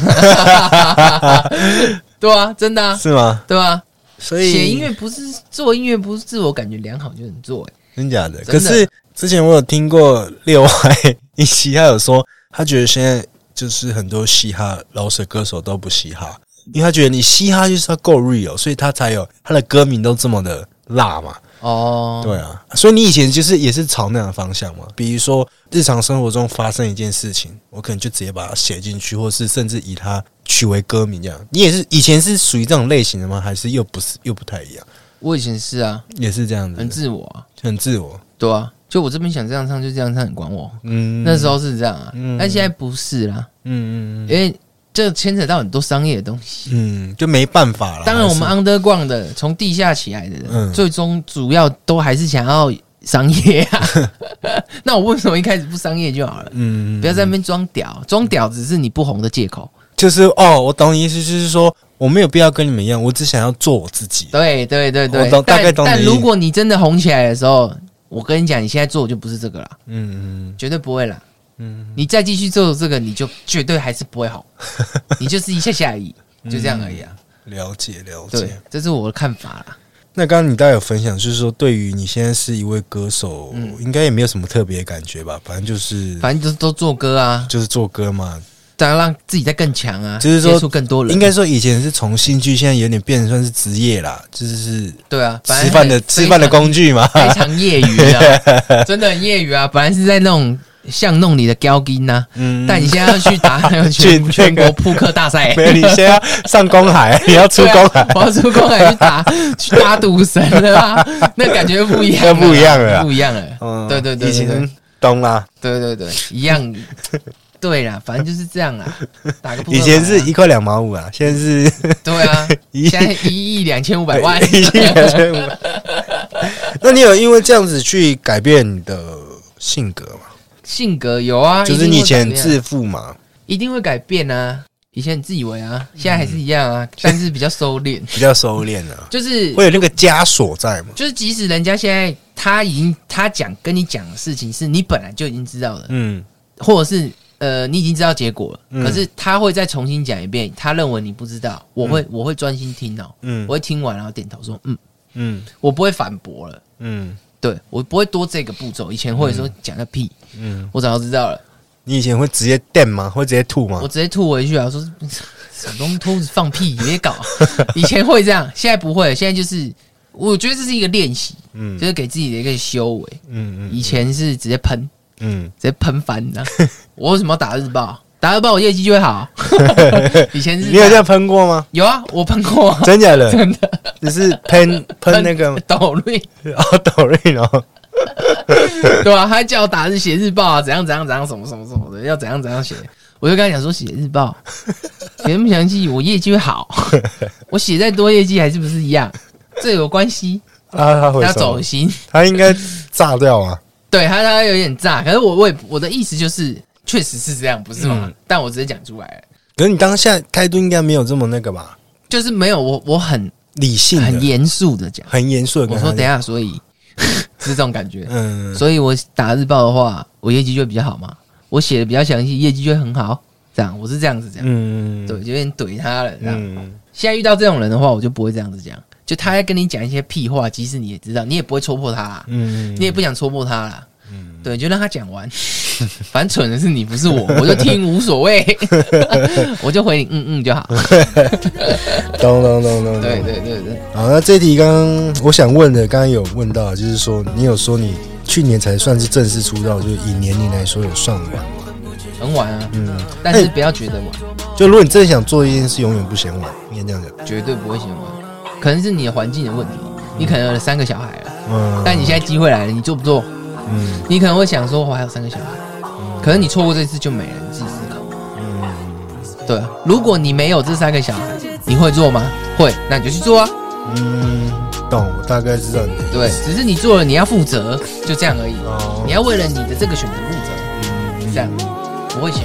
S3: 对啊，真的啊，
S1: 是吗？
S3: 对啊，
S1: 所以
S3: 写音乐不是做音乐不是自我感觉良好就能做、欸，
S1: 真假的？
S3: 真
S1: 可
S3: 的
S1: 是之前我有听过六外一期，他有说他觉得现在就是很多嘻哈饶舌歌手都不嘻哈，因为他觉得你嘻哈就是要够 real，所以他才有他的歌名都这么的辣嘛。
S3: 哦，
S1: 对啊，所以你以前就是也是朝那样的方向嘛？比如说日常生活中发生一件事情，我可能就直接把它写进去，或是甚至以它取为歌名这样。你也是以前是属于这种类型的吗？还是又不是又不太一样？
S3: 我以前是啊，
S1: 也是这样子的，
S3: 很自我、啊，
S1: 很自我。
S3: 对啊，就我这边想这样唱就这样唱，你管我？
S1: 嗯，
S3: 那时候是这样啊，
S1: 嗯
S3: 但现在不是啦，
S1: 嗯，嗯嗯
S3: 因为这牵扯到很多商业的东西。
S1: 嗯，就没办法了。
S3: 当然，我们
S1: 还是
S3: underground 的从地下起来的人，
S1: 嗯
S3: 最终主要都还是想要商业啊。 那我为什么一开始不商业就好了？
S1: 嗯，
S3: 不要在那边装屌，装屌只是你不红的借口。
S1: 就是哦，我懂你意思，就是说我没有必要跟你们一样，我只想要做我自己。
S3: 对对对对，
S1: 我懂大概懂你
S3: 但。但
S1: 意思
S3: 如果你真的红起来的时候，我跟你讲，你现在做的就不是这个了，
S1: 嗯嗯
S3: 绝对不会啦。
S1: 嗯，
S3: 你再继续做这个，你就绝对还是不 会红，你就是一下下而已，就这样而已啊。
S1: 嗯了解嗯了
S3: 对
S1: 解。，
S3: 这是我的看法啦。
S1: 那刚刚你大概有分享，就是说对于你现在是一位歌手，
S3: 嗯
S1: 应该也没有什么特别的感觉吧？反正就是
S3: 反正就是都做歌啊，
S1: 就是做歌嘛。
S3: 当然让自己再更强啊，
S1: 就是说
S3: 接触更多人，
S1: 应该说以前是从兴趣，现在有点变成算是职业啦，就是
S3: 对啊，反正
S1: 吃饭的
S3: 很非
S1: 吃饭的工具嘛。
S3: 常非常业余 啊，真的很业余啊。本来是在那种巷弄里的交金呐，
S1: 嗯，
S3: 但你现在要去打那 个
S1: 去
S3: 全
S1: 那个
S3: 全国扑克大 赛，
S1: 没有，你现在要上公 海，你要出
S3: 对
S1: 公
S3: 啊
S1: 海。
S3: 我要出公海去打去打赌神了啊，那感觉不一样了啊，
S1: 那不一样了啊
S3: 不一样了。对对对，
S1: 以
S3: 对对
S1: 前懂啦，
S3: 对对对，一样。对啦，反正就是这样啦，打个扑克牌
S1: 以
S3: 啊
S1: 前是一块两毛五 啊，现在是
S3: 对 啊，
S1: 一，
S3: 现在一亿两千五百万
S1: 一亿两千五。 那你有因为这样子去改变你的性格吗？
S3: 性格有啊，
S1: 就是
S3: 一定会
S1: 你以前
S3: 改变啊
S1: 自负嘛，
S3: 一定会改变啊，以前很自以为啊，
S1: 嗯
S3: 现在还是一 样啊，但是比较收敛，
S1: 比较收敛 啊，
S3: 就是
S1: 会有那个枷锁在嘛？
S3: 就是即使人家现在他已经他讲跟你讲的事情是你本来就已经知道的，
S1: 嗯
S3: 或者是呃你已经知道结果了，
S1: 嗯
S3: 可是他会再重新讲一遍，他认为你不知道，我会、我会专心听哦，
S1: 嗯
S3: 我会听完然后点头说嗯，
S1: 嗯
S3: 我不会反驳了。
S1: 嗯
S3: 对，我不会多这个步骤。以前或者说讲个屁，
S1: 嗯，
S3: 我早就知道了，
S1: 你以前会直接电吗？会直接吐吗
S3: 我？直接吐回去啊！说 什么东秃子放屁，别搞。 以前会这样，现在不会，现在就是我觉得这是一个练习，
S1: 嗯
S3: 就是给自己的一个修为。
S1: 嗯
S3: 以前是直接喷，
S1: 嗯
S3: 直接喷翻的。 我为什么要打日报？打日报我业绩就会 好。啊以前
S1: 嗯，
S3: 是
S1: 你有这样喷过 吗？
S3: 有啊，我喷过啊，
S1: 真假的？
S3: 真的
S1: 只是喷喷那个
S3: 抖瑞，
S1: 哦，抖音哦，
S3: 对啊，他还叫我打日写日报啊，怎样怎样怎样，什么什么什么的，要怎样怎样写。我就跟他讲说写日报，写那么详细，我业绩会好。 我写再多业绩还是不是一样？这有关系，
S1: 啊，他会
S3: 他
S1: 收
S3: 走，心。
S1: 他应该炸掉啊。
S3: 对他他有点炸，可是我我也我的意思就是确实是这样，不是吗？
S1: 嗯
S3: 但我直接讲出来了，
S1: 可是你当下态度应该没有这么那个吧？
S3: 就是没有我，我很
S1: 理性的、
S3: 很严肃的讲，
S1: 很严肃的跟
S3: 我
S1: 他
S3: 说
S1: 讲。
S3: 等一下，所以 是这种感觉。
S1: 嗯，
S3: 所以我打日报的话，我业绩就会比较好嘛，我写的比较详细，业绩就会很好。这样，我是这样子讲，
S1: 嗯，
S3: 对，，有点怼他了。这样，
S1: 嗯，
S3: 现在遇到这种人的话，我就不会这样子讲，就他在跟你讲一些屁话，即使你也知道，你也不会戳破他啦，
S1: 嗯，
S3: 你也不想戳破他啦。对，就让他讲完。 反正蠢的是你，不 是我，我就听无所谓， 我就回你嗯嗯就好。
S1: 懂懂懂懂，
S3: 对。对对对，
S1: 好，那这题刚刚我想问的，刚刚有问到，就是说你有说你去年才算是正式出道，就是以年龄来说有算晚嘛？
S3: 很晚啊，
S1: 嗯，
S3: 但是不要觉得晚，
S1: 就如果你真的想做一件事，永远不嫌晚，应该这样讲。
S3: 绝对不会嫌晚，可能是你的环境的问题，你可能有三个小孩了。
S1: 嗯，
S3: 但你现在机会来了，你做不做？
S1: 嗯
S3: 你可能会想说，我还有三个小孩，可是你错过这次就没了，你自己思考。对啊，如果你没有这三个小孩，你会做吗？会，那你就去做啊。
S1: 嗯，懂，我大概知道你的意思。
S3: 对，只是你做了，你要负责，就这样而已。
S1: 哦
S3: 你要为了你的这个选择负责，这样不会嫌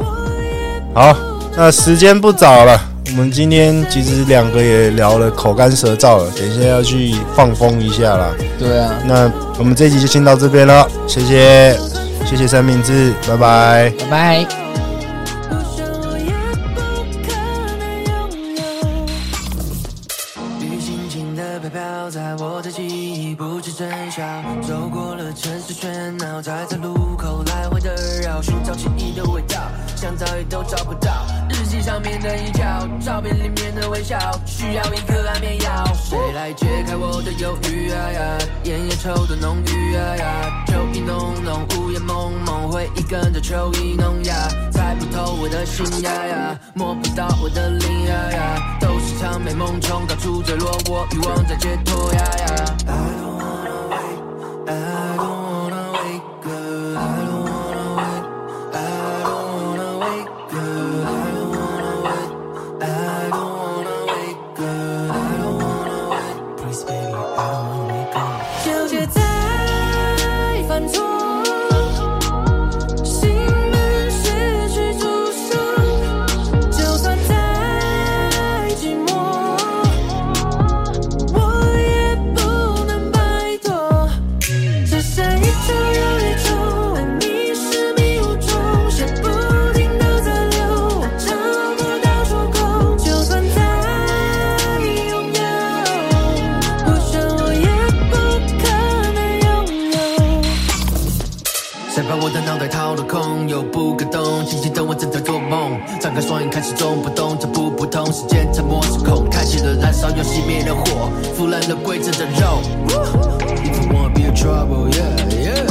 S3: 晚啊。哎呀
S1: 好，那时间不早了，我们今天其实两个也聊了口干舌燥了，等一下要去放风一下啦。
S3: 对啊，
S1: 那我们这一集就先到这边了，谢谢，谢谢三明治，拜拜。
S3: 拜拜。
S5: 我说也不可能拥有。
S4: 雨轻轻地飘飘，在我的记忆不知真相。走过了城市喧闹，在这路口来回的绕，寻找记忆的味道，想找也都找不到。日记上面的一角，照片里面的微笑，需要一颗安眠药。谁来解开我的忧郁啊呀？烟也抽得浓郁啊呀，酒意浓浓，雾也蒙蒙，回忆跟着秋意浓呀，猜不透我的心呀呀，摸不到我的灵呀呀，都是场美梦中搞出坠落，我欲望在解脱呀呀。I don't wanna wake, I don't wanna wake up, I don't wanna wake, I don't wanna wake up, I don't wanna wake, I don't wanna wake up, I don't wanna wake. Please baby, I don't wanna wake up.
S5: 纠结在犯错，心门失去主张，就算再寂寞，我也不能摆脱。只剩一球又一球，我迷失迷雾中，血不停的在流，我沉默到抽空，就算再拥有，我想我也不可能拥有。
S4: 谁把我的脑袋掏了空，又不可动？轻轻的我正在做梦，张开双眼看时钟不动，这不普通。时间沉默失控，开启了燃烧又熄灭了火，腐烂了规则的肉。If you wanna be in trouble, yeah, yeah.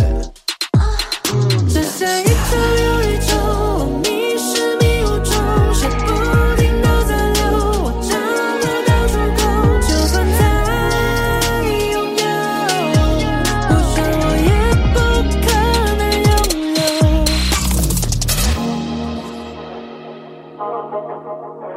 S5: 只剩一球又一球，我迷失迷雾中，血不停的在流，我沉默到抽空，就算再拥有，我想我也不可能拥有。
S6: Thank